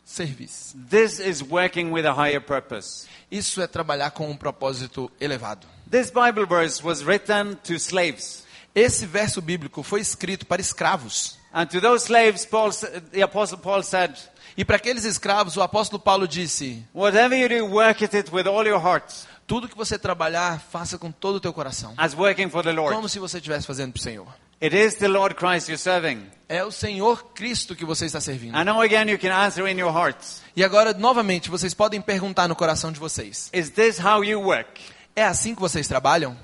S2: servis.
S3: This is working with a higher purpose.
S2: Isso é trabalhar com um propósito elevado.
S3: This Bible verse was written to slaves.
S2: Esse verso bíblico foi escrito para escravos.
S3: And to those slaves, Paul, s- the Apostle Paul said,
S2: E para aqueles escravos, o apóstolo Paulo disse:
S3: Whatever you do, work at it with all your heart,
S2: Tudo que você trabalhar, faça com todo o teu coração,
S3: as working for the Lord.
S2: como se você estivesse fazendo para o Senhor.
S3: It is the Lord Christ you're serving.
S2: É o Senhor Cristo que você está servindo.
S3: And now again, you can answer in your heart
S2: E agora, novamente, vocês podem perguntar no coração de vocês:
S3: Is this how you work?
S2: é assim que vocês trabalham?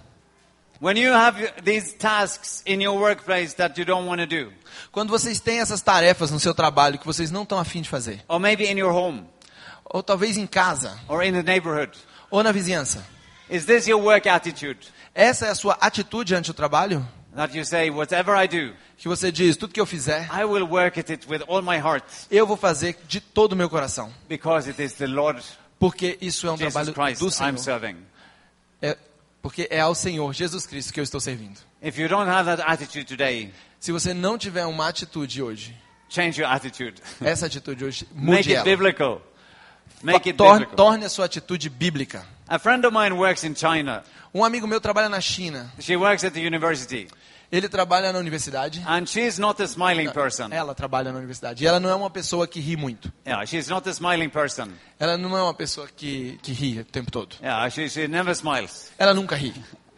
S3: When you have these tasks in your workplace that you don't want to do,
S2: Quando vocês têm essas tarefas no seu trabalho que vocês não estão afim de fazer,
S3: or maybe in your home,
S2: ou talvez em casa,
S3: or in the neighborhood.
S2: ou na vizinhança,
S3: Is this your work attitude?
S2: essa é a sua atitude ante o trabalho?
S3: That you say, whatever I do,
S2: Que você diz: tudo que eu fizer,
S3: I will work at it with all my heart
S2: eu vou fazer de todo o meu coração.
S3: because it is the Lord
S2: Porque isso é um
S3: Jesus
S2: trabalho do
S3: Christ I'm
S2: Senhor.
S3: serving.
S2: É, porque é ao Senhor Jesus Cristo que eu estou servindo.
S3: If you don't have that attitude today,
S2: Se você não tiver uma atitude hoje,
S3: Change your attitude.
S2: essa atitude hoje,
S3: Hum. Make
S2: mude
S3: it
S2: ela.
S3: biblical. Make it
S2: Torne,
S3: biblical.
S2: torne a sua atitude bíblica.
S3: A friend of mine works in China.
S2: Um amigo meu trabalha na China.
S3: She works at the university.
S2: Ele trabalha na universidade.
S3: And she's not a smiling person.
S2: Ela trabalha na universidade. E ela não é uma pessoa que ri muito.
S3: Yeah, she's not a smiling person.
S2: Ela não é uma pessoa que, que ri o tempo todo.
S3: Yeah, she, she never smiles.
S2: Ela nunca ri.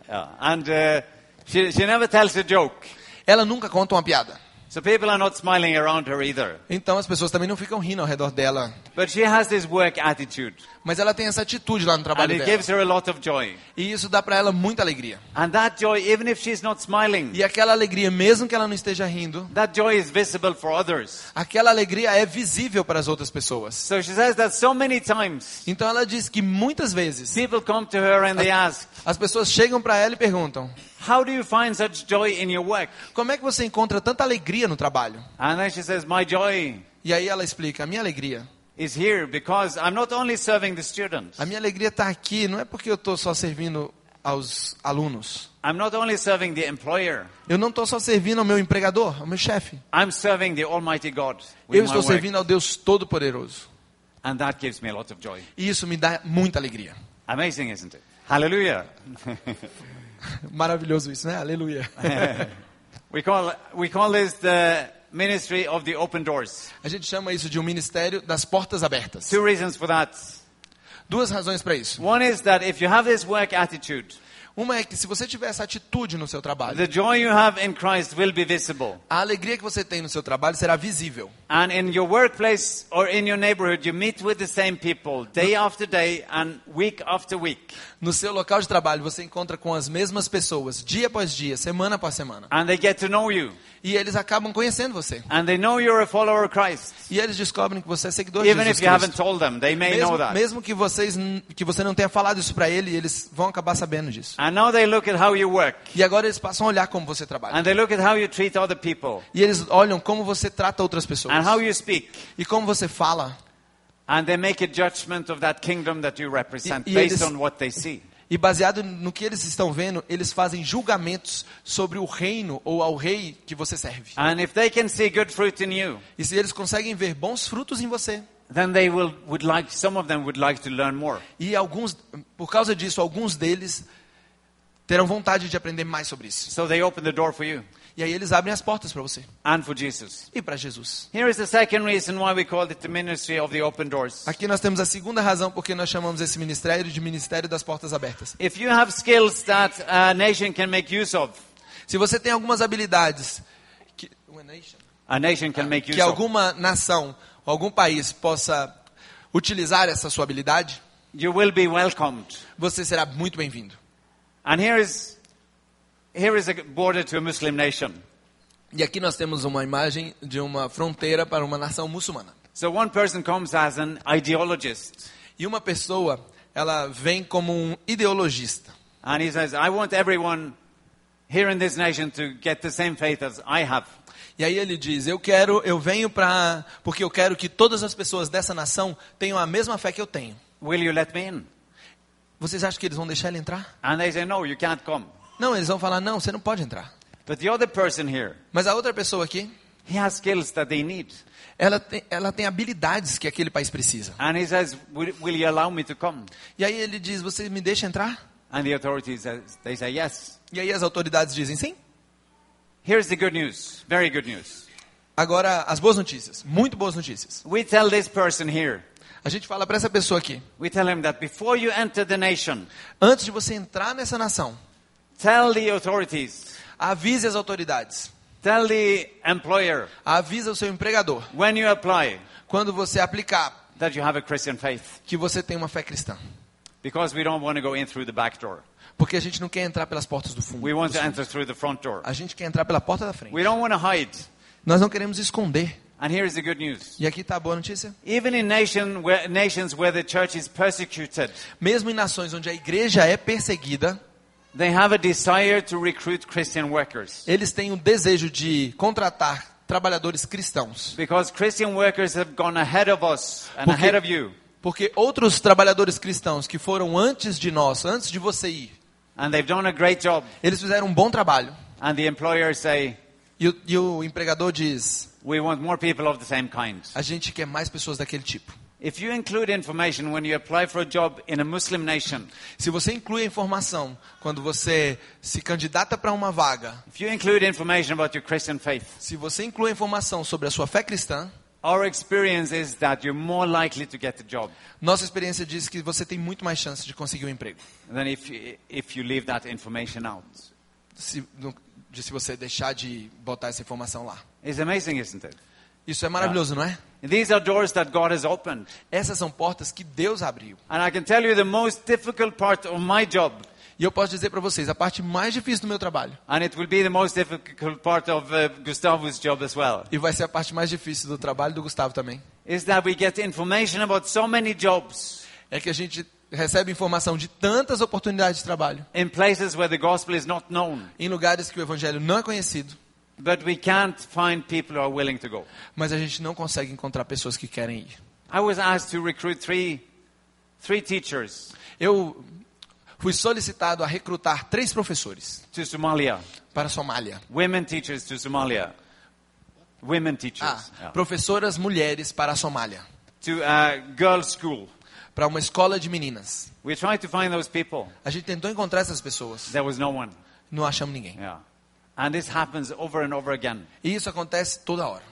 S3: Yeah. And uh, she, she never tells a joke.
S2: Ela nunca conta uma piada.
S3: So people are not smiling around her either.
S2: Então as pessoas também não ficam rindo ao redor dela.
S3: But she has this work attitude.
S2: Mas ela tem essa atitude lá no
S3: And
S2: trabalho
S3: it
S2: dela.
S3: gives her a lot of joy.
S2: E isso dá pra ela muita alegria.
S3: And that joy, even if she's not smiling,
S2: E aquela alegria, mesmo que ela não esteja rindo,
S3: that joy is visible for others.
S2: aquela alegria é visível para as outras pessoas.
S3: So she says that so many times
S2: Então ela diz que muitas vezes
S3: people come to her and they ask,
S2: as pessoas chegam pra ela e perguntam:
S3: How do you find such joy in your work?
S2: Como é que você encontra tanta alegria no trabalho?
S3: And then she says, My joy
S2: E aí ela explica: A minha alegria.
S3: is here because I'm not only serving the students,
S2: A minha alegria está aqui, não é porque eu estou só servindo aos alunos.
S3: I'm not only serving the employer,
S2: Eu não estou só servindo ao meu empregador, ao meu chefe.
S3: I'm serving the Almighty God. With
S2: Eu
S3: my
S2: estou
S3: work.
S2: servindo ao Deus Todo-Poderoso.
S3: And that gives me a lot of joy.
S2: E isso me dá muita alegria.
S3: Amazing, isn't it? Hallelujah.
S2: Maravilhoso isso, né? Aleluia.
S3: É. We call, we call this the ministry of the open doors.
S2: A gente chama isso de um ministério das portas abertas.
S3: Two reasons for that.
S2: Duas razões para isso.
S3: One is that if you have this work attitude,
S2: Uma é que se você tiver essa atitude no seu trabalho,
S3: the joy you have in Christ will be visible.
S2: a alegria que você tem no seu trabalho será visível.
S3: And in your workplace or in your neighborhood, you meet with the same people day after day and week after week.
S2: No seu local de trabalho, você encontra com as mesmas pessoas, dia após dia, semana após semana.
S3: And they get to know you.
S2: E eles acabam conhecendo você.
S3: And they know you're a follower of Christ.
S2: E eles descobrem que você é seguidor de
S3: Even
S2: Oh, Jesus
S3: if you haven't
S2: Cristo.
S3: told them, they may know
S2: Mesmo,
S3: that.
S2: mesmo que, vocês, n- que você não tenha falado isso pra ele, eles vão acabar sabendo disso.
S3: And now they look at how you work.
S2: E agora eles passam a olhar como você trabalha.
S3: And they look at how you treat other people.
S2: E eles olham como você trata outras pessoas.
S3: And how you speak.
S2: E como você fala.
S3: And they make a judgment of that kingdom that you represent
S2: Y- y eres-
S3: based on what they see.
S2: E baseado no que eles estão vendo, eles fazem julgamentos sobre o reino ou ao rei que você serve.
S3: And if they can see good fruit in you,
S2: E se eles conseguem ver bons frutos em você,
S3: then they will would like some of them would like to learn more.
S2: e alguns, por causa disso, alguns deles terão vontade de aprender mais sobre isso.
S3: So they open the door for you
S2: E aí eles abrem as portas para você
S3: and for Jesus.
S2: e para Jesus.
S3: Here is the second reason why we called it the ministry of the open doors.
S2: Aqui nós temos a segunda razão porque nós chamamos esse ministério de Ministério das Portas Abertas.
S3: If you have skills that a nation can make use of,
S2: Se você tem algumas habilidades que,
S3: a nation can make use
S2: que
S3: of,
S2: alguma nação, algum país possa utilizar essa sua habilidade,
S3: you will be welcomed.
S2: você será muito bem-vindo.
S3: And here is here is a border to a Muslim nation.
S2: E aqui nós temos uma imagem de uma fronteira para uma nação muçulmana.
S3: So one person comes as an ideologist
S2: E uma pessoa, ela vem como um ideologista.
S3: and he says, "I want everyone here in this nation to get the same faith as I have."
S2: E aí ele diz: "Eu quero, eu venho para porque eu quero que todas as pessoas dessa nação tenham a mesma fé que eu tenho."
S3: Will you let me in?
S2: Vocês acham que eles vão deixar ele entrar?
S3: And they say, "No, you can't come."
S2: Não, eles vão falar: "Não, você não pode entrar."
S3: But the other person here,
S2: Mas a outra pessoa aqui,
S3: he has skills that they need.
S2: ela tem, ela tem habilidades que aquele país precisa.
S3: And he says, will, will you allow me to come?
S2: E aí ele diz: "Você me deixa entrar?"
S3: And the authorities, says, they say, yes.
S2: E aí as autoridades dizem: "Sim."
S3: Here's the good news, very good news.
S2: Agora as boas notícias, muito boas notícias.
S3: We tell this person here,
S2: A gente fala para essa pessoa aqui:
S3: we tell him that before you enter the nation,
S2: "Antes de você entrar nessa nação,
S3: tell the authorities,
S2: avise as autoridades,
S3: tell the employer,
S2: avise o seu empregador
S3: when you apply,
S2: quando você aplicar
S3: that you have a Christian faith.
S2: que você tem uma fé cristã."
S3: Because we don't want to go in through the back door.
S2: Porque a gente não quer entrar pelas portas do fundo.
S3: We want to enter through the front door.
S2: A gente quer entrar pela porta da frente.
S3: We don't want to hide.
S2: Nós não queremos esconder.
S3: And here is the good news.
S2: E aqui está a boa notícia.
S3: Even in nation where, nations where the church is persecuted,
S2: Mesmo em nações onde a igreja é perseguida,
S3: They have a desire to recruit Christian workers
S2: eles têm o desejo de contratar trabalhadores cristãos.
S3: because Christian workers have gone ahead of us and
S2: Porque-
S3: ahead of you,
S2: Porque outros trabalhadores cristãos que foram antes de nós, antes de você ir,
S3: and they've done a great job.
S2: eles fizeram um bom trabalho.
S3: And the employers say,
S2: E o, e o empregador diz:
S3: We want more people of the same kind.
S2: a gente quer mais pessoas daquele tipo.
S3: If you include information when you apply for a job in a Muslim nation,
S2: Se você inclui a informação quando você se candidata para uma vaga,
S3: if you include information about your Christian faith,
S2: se você inclui a informação sobre a sua fé cristã,
S3: our experience is that you're more likely to get the job
S2: nossa experiência diz que você tem muito mais chance de conseguir um emprego.
S3: than if you, if you leave that information out.
S2: Se, no- de se você deixar de botar essa informação lá.
S3: It's amazing, isn't it?
S2: Isso é maravilhoso, não é?
S3: These are doors that God has opened.
S2: Essas são portas que Deus abriu.
S3: And I can tell you the most difficult part of my job,
S2: E eu posso dizer para vocês, a parte mais difícil do meu trabalho,
S3: and it will be the most difficult part of uh, Gustavo's job as well,
S2: e vai ser a parte mais difícil do trabalho do Gustavo também,
S3: is that we get information about so many jobs
S2: é que a gente recebe informação de tantas oportunidades de trabalho
S3: in places where the gospel is not known,
S2: em lugares que o evangelho não é conhecido,
S3: but we can't find people who are willing to go.
S2: mas a gente não consegue encontrar pessoas que querem ir.
S3: I was asked to recruit three, three teachers
S2: Eu fui solicitado a recrutar três professores
S3: to Somalia,
S2: para a Somália.
S3: women teachers to Somalia, women teachers,
S2: Ah,
S3: yeah.
S2: professoras mulheres para a Somália,
S3: to a girls' school.
S2: para uma escola de meninas.
S3: We tried to find those people.
S2: A gente tentou encontrar essas pessoas,
S3: There was no one.
S2: não achamos ninguém.
S3: Yeah. And this happens over and over again.
S2: E isso acontece toda hora.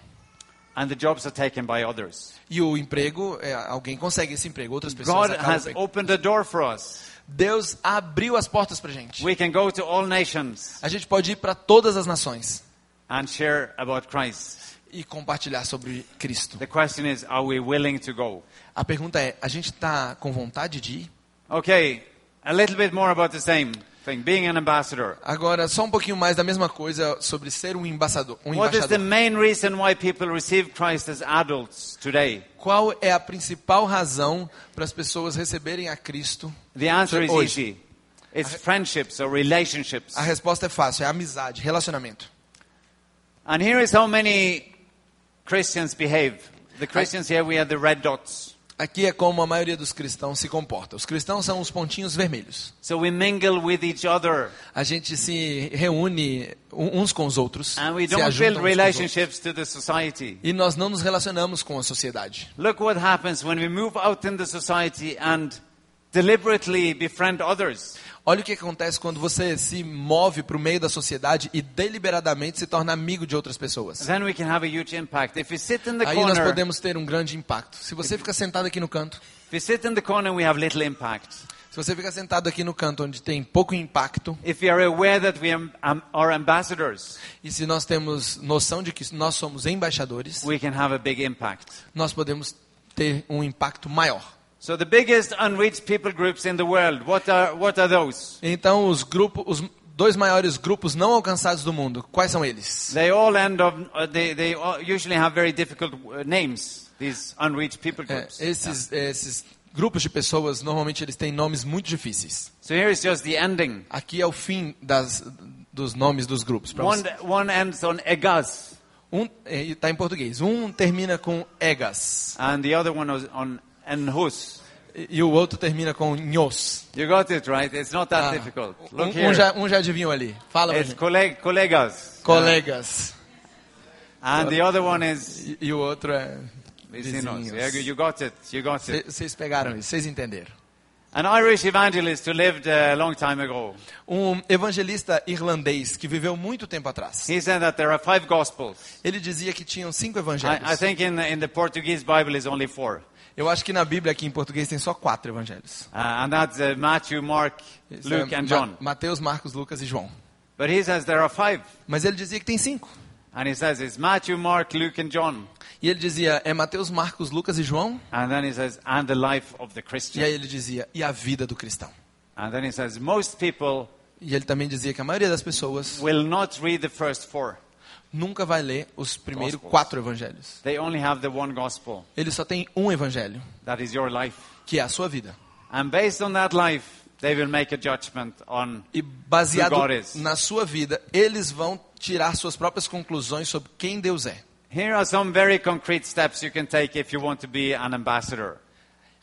S3: And the jobs are taken by others.
S2: E o emprego, é, alguém consegue esse emprego, outras pessoas
S3: God
S2: acabam.
S3: has
S2: pegando.
S3: opened a door for us.
S2: Deus abriu as portas pra gente.
S3: We can go to all nations
S2: A gente pode ir para todas as nações
S3: and share about Christ.
S2: e compartilhar sobre Cristo.
S3: The question is, are we willing to go?
S2: A pergunta é: a gente está com vontade de ir?
S3: Okay, a little bit more about the same thing being an ambassador.
S2: Agora, só um pouquinho mais da mesma coisa sobre ser um embaixador. Um
S3: What is the
S2: embaixador.
S3: main reason why people receive Christ as adults today?
S2: Qual é a principal razão para as pessoas receberem a Cristo?
S3: The answer is
S2: Hoje.
S3: easy it's friendships or relationships.
S2: A resposta é fácil: é amizade, relacionamento.
S3: And here is how many Christians behave. The Christians here, we have the red dots.
S2: Aqui é como a maioria dos cristãos se comporta. Os cristãos são os pontinhos vermelhos.
S3: So we mingle with each other
S2: A gente se reúne un- uns com os outros.
S3: and Ah, we
S2: se
S3: don't
S2: ajunta uns
S3: build
S2: com os outros.
S3: relationships to the society.
S2: E nós não nos relacionamos com a sociedade.
S3: Look what happens when we move out in the society and deliberately befriend others.
S2: Olha o que acontece quando você se move para o meio da sociedade e deliberadamente se torna amigo de outras pessoas.
S3: Then we can have a huge impact. If we sit in the
S2: Aí nós
S3: corner,
S2: podemos ter um grande impacto. Se você fica sentado aqui no canto,
S3: if we sit in the corner, we have little impact.
S2: se você fica sentado aqui no canto onde tem pouco impacto,
S3: If we are aware that we am- am- are ambassadors,
S2: e se nós temos noção de que nós somos embaixadores,
S3: we can have a big impact.
S2: nós podemos ter um impacto maior.
S3: So the biggest unreached people groups in the world, what are, what are those?
S2: Então, os grupos, os dois maiores grupos não alcançados do mundo, quais são eles?
S3: They all end up, uh, they, they all usually have very difficult uh, names, these unreached people
S2: É,
S3: groups.
S2: esses, esses grupos de pessoas, normalmente eles têm nomes muito difíceis.
S3: So here is just the ending.
S2: Aqui é o fim das, dos nomes dos grupos. pra
S3: One,
S2: você.
S3: one ends on Egas,
S2: Um, está em português. Um termina com egas
S3: and the other one is on Enhus.
S2: e, e o outro termina com nhos.
S3: You got it right. It's not that
S2: Ah,
S3: difficult. Look
S2: um, um
S3: here.
S2: já, um já adivinhou ali. Fala pra
S3: It's
S2: gente.
S3: coleg- colegas,
S2: Colegas.
S3: and the other one is
S2: Ah, E, e o outro é
S3: vecinos.
S2: vizinhos.
S3: Yeah, You got it. You got
S2: Cê-
S3: it.
S2: Vocês pegaram isso, vocês entenderam.
S3: An Irish evangelist who lived uh, a long time ago.
S2: Um evangelista irlandês que viveu muito tempo atrás.
S3: He said that there are five gospels.
S2: Ele dizia que tinham cinco evangelhos.
S3: I, I think in the, in the Portuguese Bible is only four,
S2: Eu acho que na Bíblia aqui em português tem só quatro evangelhos.
S3: uh, and that's uh, Matthew, Mark,
S2: Isso
S3: Luke,
S2: é
S3: and
S2: Ma-
S3: John.
S2: Mateus, Marcos, Lucas e João.
S3: But he says there are five,
S2: Mas ele dizia que tem cinco.
S3: and he says it's Matthew, Mark, Luke, and John.
S2: E ele dizia, é Mateus, Marcos, Lucas e João.
S3: And then he says, and the life of the
S2: E aí
S3: Christian.
S2: ele dizia, e a vida do cristão.
S3: And then he says, most people
S2: E ele também dizia que a maioria das pessoas
S3: will not read the first four.
S2: nunca vai ler os primeiros
S3: Gospels.
S2: quatro evangelhos.
S3: They only have the one gospel,
S2: Ele só tem um evangelho,
S3: that is your life.
S2: que é a sua vida.
S3: And based on that life, they will make a judgment on.
S2: E baseado
S3: Who God is.
S2: na sua vida, eles vão tirar suas próprias conclusões sobre quem Deus é.
S3: Here are some very concrete steps you can take if you want to be an ambassador.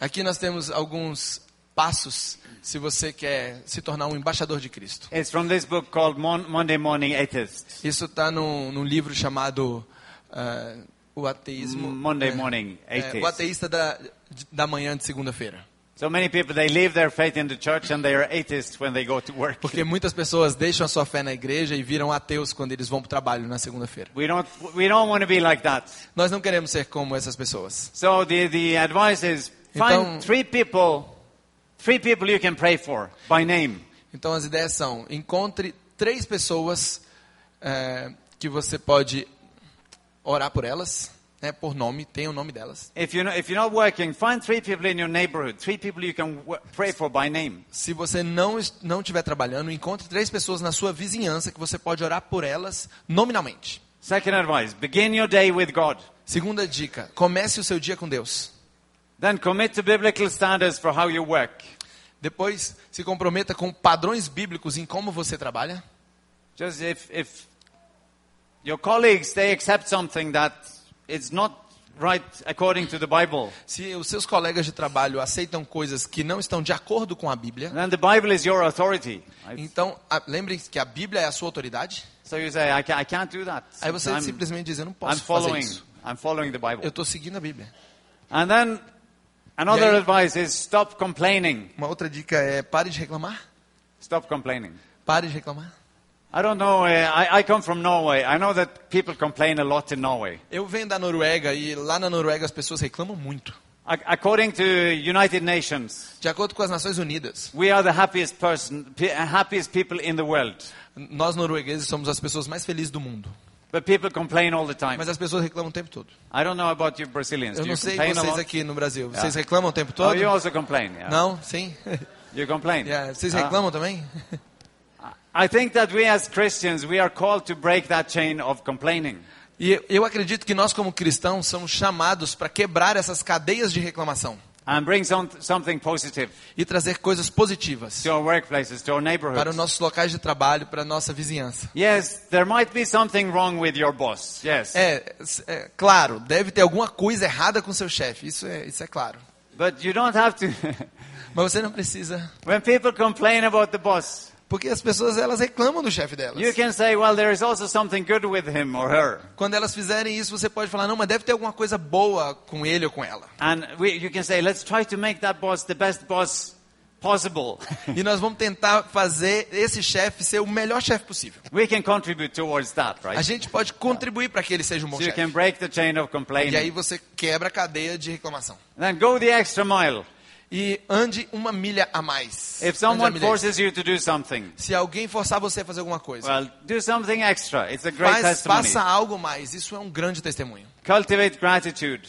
S2: Aqui nós temos alguns passos se você quer se tornar um embaixador de Cristo.
S3: It's from this book called Mon- Monday Morning Atheists.
S2: Isso está num, num livro chamado ah, O Ateísmo.
S3: Monday Morning
S2: É, o
S3: Atheists.
S2: ateísta da, de- da manhã de segunda-feira.
S3: So many people, they leave their faith in the church and they are atheists when they go to work.
S2: Porque muitas pessoas deixam a sua fé na igreja e viram ateus quando eles vão para o trabalho na segunda-feira.
S3: We don't, we don't want to be like that.
S2: Nós não queremos ser como essas pessoas.
S3: So the, the advice is find
S2: Então-
S3: three people, three people you can pray for by name.
S2: Então as ideias são: encontre três pessoas eh, que você pode orar por elas, né, por nome, tenha o nome delas.
S3: If you're, not, if you're not working, find three people in your neighborhood, three people you can w- pray for by name.
S2: Se você não es- não estiver trabalhando, encontre três pessoas na sua vizinhança que você pode orar por elas nominalmente.
S3: Second advice, begin your day with God.
S2: Segunda dica: comece o seu dia com Deus.
S3: Then commit to biblical standards for how you work.
S2: Depois, se comprometa com padrões bíblicos em como você trabalha.
S3: Just if, if your colleagues, they accept something that it's not right according to the Bible,
S2: Se os seus colegas de trabalho aceitam coisas que não estão de acordo com a Bíblia,
S3: then the Bible is your authority. I-
S2: então a- lembre que a Bíblia é a sua autoridade.
S3: So you say, I, ca I can't do that.
S2: Aí você
S3: I'm-
S2: simplesmente diz: Eu não
S3: I'm
S2: posso fazer
S3: following.
S2: isso.
S3: I'm following the
S2: Eu
S3: Bible.
S2: estou seguindo a Bíblia.
S3: And then another
S2: Yeah.
S3: advice is stop complaining.
S2: Uma outra dica é: pare de reclamar.
S3: Stop complaining.
S2: Pare de reclamar.
S3: I don't know. Uh, I, I come from Norway. I know that people complain a lot in Norway.
S2: Eu venho da Noruega e lá na Noruega as pessoas reclamam muito.
S3: Ac- according to United Nations,
S2: De acordo com as Nações Unidas,
S3: we are the happiest person, pe- happiest people in the world.
S2: nós noruegueses somos as pessoas mais felizes do mundo.
S3: But people complain all the time.
S2: Mas as pessoas reclamam o tempo todo.
S3: I don't know about you Brazilians.
S2: Eu
S3: Do you
S2: não sei
S3: complain a
S2: vocês
S3: lot?
S2: aqui no Brasil. Vocês
S3: Yeah.
S2: reclamam o tempo
S3: Oh,
S2: todo?
S3: you also complain. Yeah.
S2: Não? Sim?
S3: You complain.
S2: Yeah, Vocês
S3: Ah.
S2: reclamam também?
S3: I think that we as Christians, we are called to break that chain of complaining.
S2: E eu- eu acredito que nós, como cristãos, somos chamados para quebrar essas cadeias de reclamação
S3: and bring some, something positive
S2: e trazer coisas positivas
S3: to our workplaces, to our
S2: para os
S3: neighborhoods.
S2: nossos locais de trabalho, para a nossa vizinhança.
S3: Yes, there might be something wrong with your boss. Yes.
S2: É, s- é, claro, deve ter alguma coisa errada com seu chefe, isso é, isso é claro.
S3: But you don't have to.
S2: Mas você não precisa,
S3: when people complain about the boss,
S2: porque as pessoas elas reclamam do chefe delas.
S3: you can say, well, there is also something good with him or her.
S2: Quando elas fizerem isso, você pode falar, não, mas deve ter alguma coisa boa com ele ou com ela.
S3: And we, you can say, let's try to make that boss the best boss possible.
S2: E nós vamos tentar fazer esse chefe ser o melhor chefe possível.
S3: we can contribute towards that,
S2: A
S3: right?
S2: gente pode contribuir para que ele seja um bom
S3: So you can
S2: chefe.
S3: break the chain of
S2: E aí
S3: complaining.
S2: você quebra a cadeia de reclamação.
S3: Then go the extra mile.
S2: E ande uma milha a mais. Ande
S3: If
S2: uma
S3: someone
S2: milha a mais.
S3: forces you to do something,
S2: Se alguém forçar você a fazer alguma coisa,
S3: well, do something extra. It's a great
S2: faz,
S3: testimony.
S2: faça algo mais. Isso é um grande testemunho.
S3: Cultivate gratitude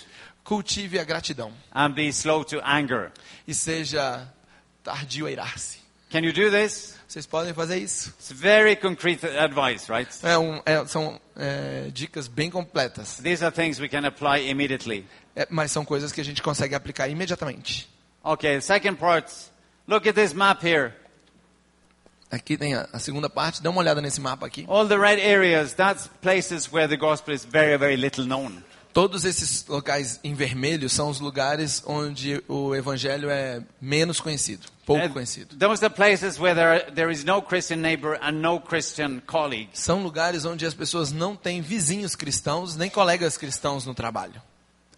S2: Cultive a gratidão
S3: and be slow to anger.
S2: e seja tardio a irar-se.
S3: Can you do this?
S2: Vocês podem fazer isso.
S3: It's very concrete advice, right?
S2: É um- é- são é, dicas bem completas,
S3: These are things we can apply immediately.
S2: É, mas são coisas que a gente consegue aplicar imediatamente.
S3: Okay, second part. Look at this map here.
S2: Aqui tem a, a segunda parte. Dá uma olhada nesse mapa aqui.
S3: All the red areas, that's places where the gospel is very, very little known.
S2: Todos esses locais em vermelho são os lugares onde o evangelho é menos conhecido, pouco
S3: And
S2: conhecido.
S3: Those are places where there, there is no Christian neighbor and no Christian colleagues.
S2: São lugares onde as pessoas não têm vizinhos cristãos, nem colegas cristãos no trabalho.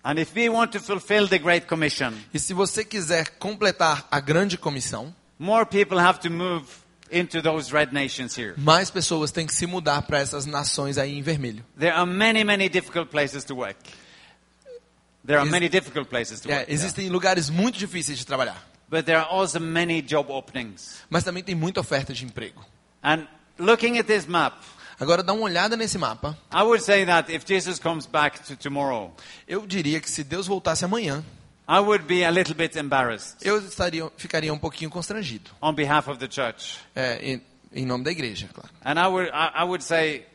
S3: And if we want to fulfill the Great Commission,
S2: E se você quiser completar a grande comissão,
S3: more people have to move into those red nations here.
S2: mais pessoas têm que se mudar para essas nações aí em vermelho.
S3: There are many, many difficult places to work. There are
S2: Is-
S3: many difficult places to
S2: É,
S3: work. yeah.
S2: existem lugares muito difíceis de trabalhar,
S3: But there are also many job openings.
S2: mas também tem muita oferta de emprego.
S3: And looking at this map,
S2: Agora dá uma olhada nesse mapa.
S3: I would say that if Jesus comes back to tomorrow,
S2: Eu diria que se Deus voltasse amanhã,
S3: I would be a little bit embarrassed
S2: eu estaria, ficaria um pouquinho constrangido.
S3: on behalf of the church.
S2: É, em, em nome da igreja, claro.
S3: And I would, I, I would say,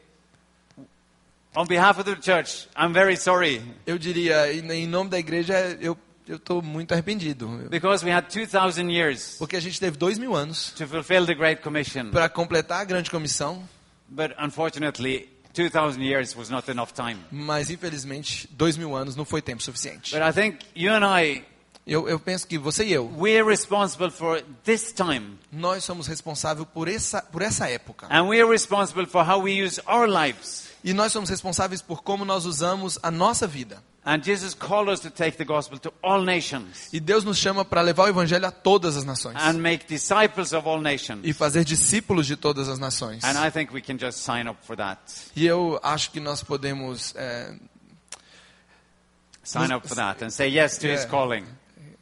S3: on behalf of the church, I'm very sorry
S2: Eu diria, em, em nome da igreja, eu eu estou muito arrependido, Eu-
S3: because we had 2,000 years
S2: porque a gente teve dois mil anos
S3: to fulfill the Great Commission.
S2: para completar a grande comissão,
S3: But unfortunately, 2,000 years was not enough time.
S2: mas infelizmente dois mil anos não foi tempo suficiente.
S3: But I think you and I,
S2: Eu, eu penso que você e eu,
S3: We're responsible for this time,
S2: nós somos responsáveis por essa, por essa época.
S3: and we're responsible for how we use our lives.
S2: E nós somos responsáveis por como nós usamos a nossa vida.
S3: And Jesus called us to take the gospel to all nations
S2: E Deus nos chama para levar o evangelho a todas as nações.
S3: and make disciples of all nations.
S2: E fazer discípulos de todas as nações.
S3: And I think we can just sign up for that.
S2: E eu acho que nós podemos é,
S3: Sign up for that and say yes to his
S2: Yeah.
S3: calling.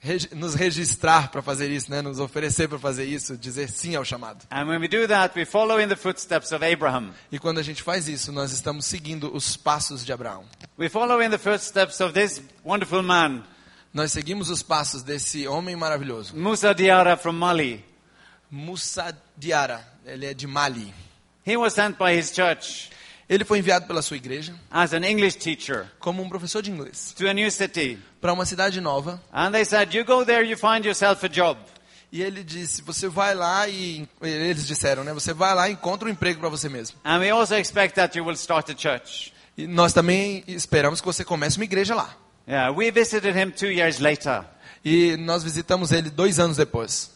S2: regi- nos registrar para fazer isso, né? nos oferecer para fazer isso, dizer sim ao chamado.
S3: And when we do that, we follow in the footsteps of Abraham.
S2: E quando a gente faz isso, nós estamos seguindo os passos de Abraão.
S3: We follow in the footsteps of this wonderful man,
S2: Nós seguimos os passos desse homem maravilhoso,
S3: Musa Diara from Mali.
S2: Musa Diara. Ele é de Mali.
S3: He was sent by his church
S2: Ele foi enviado pela sua igreja
S3: as an English teacher
S2: como um professor de inglês
S3: to a new city.
S2: para uma cidade nova.
S3: And they said, You go there, you find yourself a job.
S2: E ele disse: Você vai lá e. Eles disseram, né? Você vai lá e encontra um emprego para você mesmo.
S3: And we also expect that you will start a church.
S2: E nós também esperamos que você comece uma igreja lá.
S3: Yeah, we visited him two years later.
S2: E nós visitamos ele dois anos depois.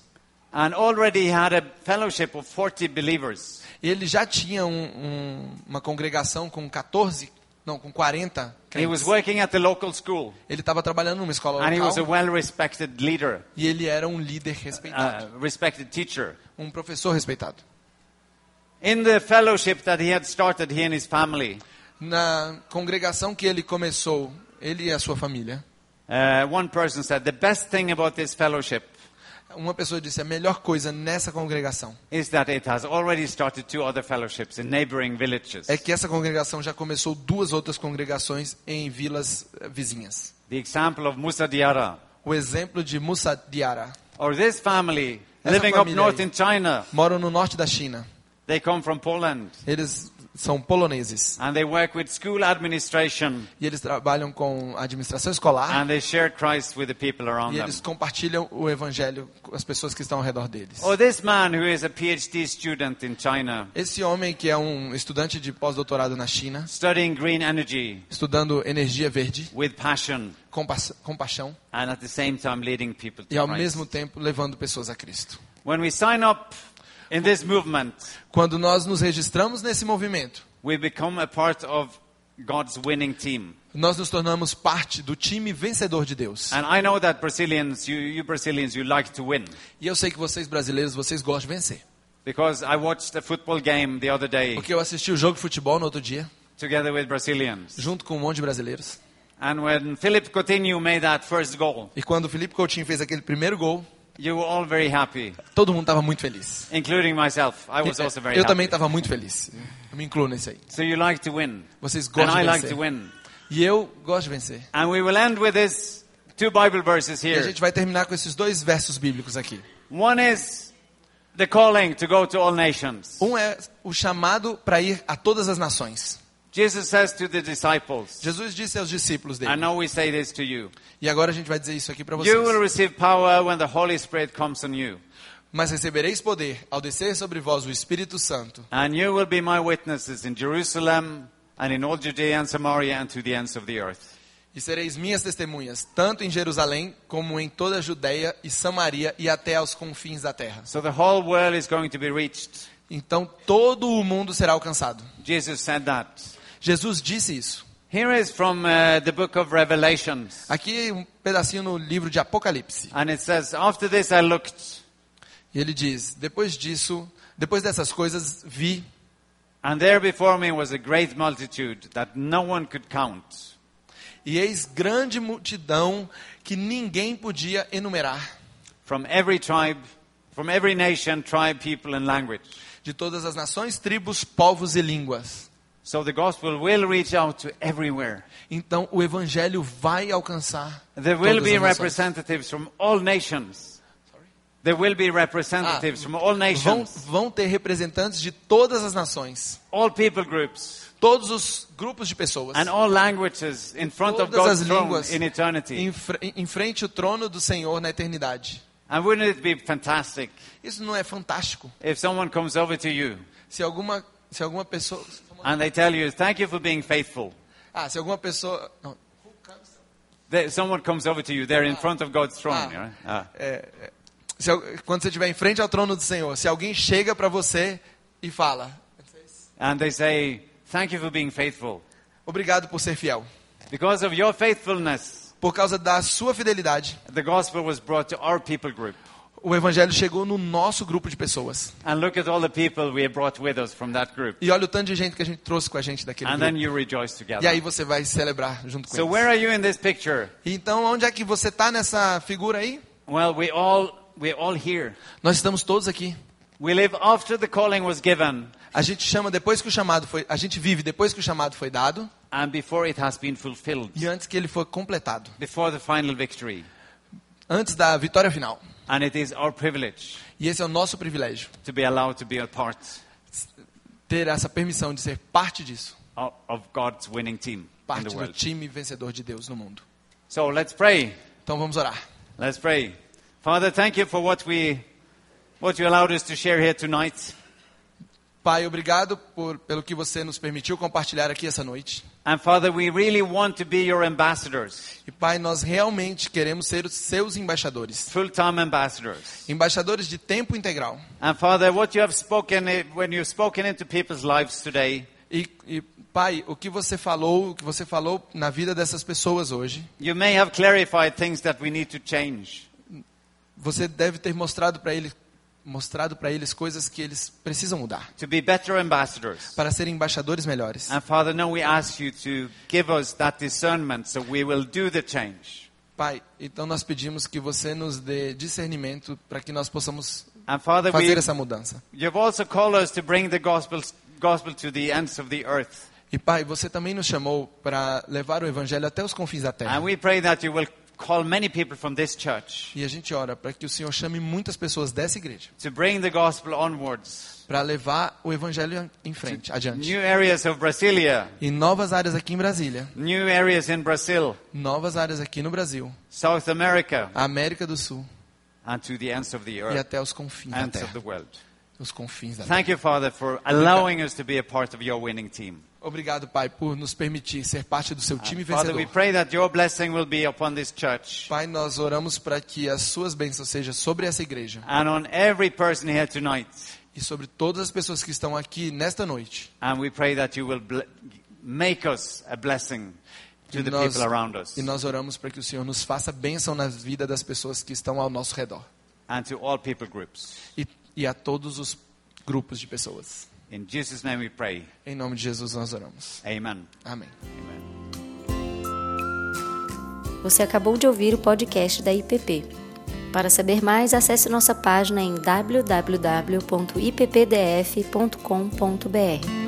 S3: And already he had a fellowship of 40 believers.
S2: E ele já tinha um, um, uma congregação com 14, não, com 40
S3: He was
S2: crentes.
S3: working at the local school.
S2: Ele estava trabalhando numa escola
S3: And he was a
S2: local
S3: well respected leader,
S2: e ele era um líder respeitado,
S3: uh, respected teacher.
S2: um professor respeitado.
S3: In the fellowship that he had started, he and his family,
S2: Na congregação que ele começou, ele e a sua família,
S3: uh, one person said, The best thing about this fellowship
S2: uma pessoa disse, a melhor coisa nessa congregação
S3: is that it has already started two other fellowships in neighboring villages.
S2: é que essa congregação já começou duas outras congregações em vilas eh, vizinhas.
S3: The example of Musa Diara,
S2: O exemplo de Musa Diara.
S3: or this family
S2: Essa
S3: living up
S2: família
S3: north
S2: aí.
S3: in China,
S2: Moram no norte da China.
S3: they come from Poland.
S2: Eles são poloneses
S3: And they work with school administration
S2: e eles trabalham com administração escolar.
S3: and they share Christ with Ah. the people around
S2: E
S3: them.
S2: eles compartilham o evangelho com as pessoas que estão ao redor deles.
S3: Or Oh, this man who is a PhD student in China,
S2: Esse homem que é um estudante de pós-doutorado na China,
S3: studying green energy
S2: estudando energia verde
S3: with passion
S2: com, pas- com paixão
S3: and at the same time leading people
S2: e
S3: to
S2: ao
S3: Christ.
S2: mesmo tempo levando pessoas a Cristo.
S3: When we sign up in this movement,
S2: Quando nós nos registramos nesse movimento,
S3: we become a part of God's winning team.
S2: nós nos tornamos parte do time vencedor de Deus.
S3: And I know that Brazilians, you, you Brazilians, you like to win.
S2: E eu sei que vocês brasileiros, vocês gostam de vencer.
S3: Because I watched a football game the other day
S2: Porque eu assisti o jogo de futebol no outro dia,
S3: together with Brazilians.
S2: junto com um monte de brasileiros.
S3: And when Philip Coutinho made that first goal,
S2: E quando o Felipe Coutinho fez aquele primeiro gol,
S3: you were all very happy,
S2: todo mundo estava muito feliz.
S3: including myself. I was also very
S2: Eu também
S3: happy.
S2: estava muito feliz. Eu me incluo nisso aí.
S3: So you like to win.
S2: Vocês
S3: And
S2: gostam
S3: I
S2: de
S3: like to
S2: vencer.
S3: win.
S2: E eu gosto de vencer.
S3: And we will end with this two Bible verses
S2: E a
S3: here.
S2: gente vai terminar com esses dois versos bíblicos aqui.
S3: One is the calling to go to all nations.
S2: Um é o chamado para ir a todas as nações.
S3: Jesus says to the disciples,
S2: Jesus disse aos discípulos
S3: I
S2: dele.
S3: know we say this to you.
S2: E agora a gente vai dizer isso aqui para
S3: You will
S2: vocês.
S3: receive power when the Holy Spirit comes on you,
S2: Mas recebereis poder ao descer sobre vós o Espírito Santo.
S3: and you will be my witnesses in Jerusalem and in all Judea and Samaria and to the ends of the earth.
S2: E sereis minhas testemunhas, tanto em Jerusalém como em toda a Judéia e Samaria e até aos confins da terra.
S3: So the whole world is going to be reached.
S2: Então todo o mundo será alcançado.
S3: Jesus said that.
S2: Jesus disse isso.
S3: Here is from uh, the book of Revelations,
S2: Aqui um pedacinho no livro de Apocalipse.
S3: and it says, After this I looked,
S2: E ele diz: Depois disso, depois dessas coisas, vi
S3: and there before me was a great multitude that no one could count.
S2: e eis grande multidão que ninguém podia enumerar,
S3: from every tribe, from every nation, tribe, people, and language.
S2: de todas as nações, tribos, povos e línguas.
S3: So the gospel will reach out to everywhere.
S2: Então o evangelho vai alcançar.
S3: There will
S2: todas
S3: be
S2: as nações.
S3: representatives from all nations. There will be representatives
S2: Ah,
S3: from
S2: Vão,
S3: all nations,
S2: vão ter representantes de todas as nações,
S3: all people groups,
S2: todos os grupos de pessoas,
S3: and all languages in front of
S2: todas as
S3: God's throne
S2: línguas,
S3: in eternity.
S2: em, fre- em frente ao trono do Senhor na eternidade.
S3: And wouldn't it be fantastic
S2: Isso não é fantástico?
S3: if someone comes over to you
S2: Se alguma, se alguma pessoa,
S3: and they tell you, Thank you for being faithful.
S2: ah, se alguma pessoa, não,
S3: There, someone comes over to you, they're in front of God's throne.
S2: Ah.
S3: right? Ah.
S2: Se al- quando você estiver em frente ao trono do Senhor, se alguém chega para você e fala:
S3: And they say, Thank you for being faithful.
S2: Obrigado por ser fiel.
S3: Because of your faithfulness,
S2: Por causa da sua fidelidade,
S3: the gospel was brought to our people group.
S2: o evangelho chegou no nosso grupo de pessoas.
S3: And look at all the people we have brought with us from that group.
S2: E olha o tanto de gente que a gente trouxe com a gente daquele
S3: And
S2: grupo.
S3: then you rejoice
S2: E aí
S3: together.
S2: você vai celebrar junto com
S3: Tá So,
S2: eles.
S3: where are you in this picture?
S2: Então, onde é que você está nessa figura aí?
S3: Well, we all, we're all here.
S2: Nós estamos todos aqui.
S3: We live after the calling was given
S2: A gente chama depois que o chamado foi, a gente vive depois que o chamado foi dado
S3: and before it has been fulfilled,
S2: e antes que ele for completado,
S3: before the final victory.
S2: antes da vitória final.
S3: And it is our privilege
S2: E esse é o nosso privilégio,
S3: to be allowed to be a part
S2: ter essa permissão de ser parte disso,
S3: of, of God's winning team in
S2: parte
S3: the
S2: do
S3: world.
S2: time vencedor de Deus no mundo.
S3: So let's pray.
S2: Então vamos orar.
S3: Let's pray. Father, thank you for what we what you allowed us to share here tonight
S2: Pai, obrigado por, pelo que você nos permitiu compartilhar aqui essa noite.
S3: and Father, we really want to be your ambassadors,
S2: E Pai, nós realmente queremos ser os seus embaixadores,
S3: full-time ambassadors.
S2: embaixadores de tempo integral.
S3: And Father, what you have spoken eh, when you've spoken into people's lives today,
S2: E, e Pai, o que você falou, o que você falou na vida dessas pessoas hoje,
S3: you may have clarified things that we need to change.
S2: você deve ter mostrado para eles, mostrado para eles coisas que eles precisam mudar
S3: to be better ambassadors.
S2: para serem embaixadores melhores.
S3: And Father, now we ask you to give us that discernment so we will do the change.
S2: Pai, então nós pedimos que você nos dê discernimento para que nós possamos
S3: And Father, we,
S2: fazer essa mudança.
S3: you've also called us to bring the gospel, gospel to the ends of the earth.
S2: E Pai, você também nos chamou para levar o evangelho até os confins da terra.
S3: And we pray that you will call many people from this church
S2: E a gente ora para que o Senhor chame muitas pessoas dessa igreja
S3: to bring the gospel onwards.
S2: para levar o evangelho em frente, adiante.
S3: New areas of Brasilia,
S2: Em novas áreas aqui em Brasília,
S3: new areas in Brazil,
S2: novas áreas aqui no Brasil,
S3: South America,
S2: a América do Sul
S3: and to the ends of the
S2: e
S3: earth,
S2: até os confins da
S3: ends of
S2: terra.
S3: the world.
S2: Os confins da terra.
S3: Thank you, Father, for allowing us to be a part of your winning team.
S2: Obrigado, Pai, por nos permitir ser parte do seu
S3: Ah,
S2: time
S3: Father, we
S2: vencedor.
S3: pray that your blessing will be upon this church
S2: Pai, nós oramos para que as suas bênçãos sejam sobre essa igreja
S3: and on every person here tonight.
S2: e sobre todas as pessoas que estão aqui nesta noite.
S3: And we pray that you will ble- make us a blessing to
S2: E
S3: the
S2: nós,
S3: people around us
S2: e nós oramos para que o Senhor nos faça bênção na vida das pessoas que estão ao nosso redor
S3: and to all people groups.
S2: e, e a todos os grupos de pessoas.
S3: In Jesus' name we pray.
S2: Em nome de Jesus nós oramos.
S3: Amen.
S2: Amém.
S3: Amen.
S1: Você acabou de ouvir o podcast da IPP. Para saber mais, acesse nossa página em www.ippdf.com.br.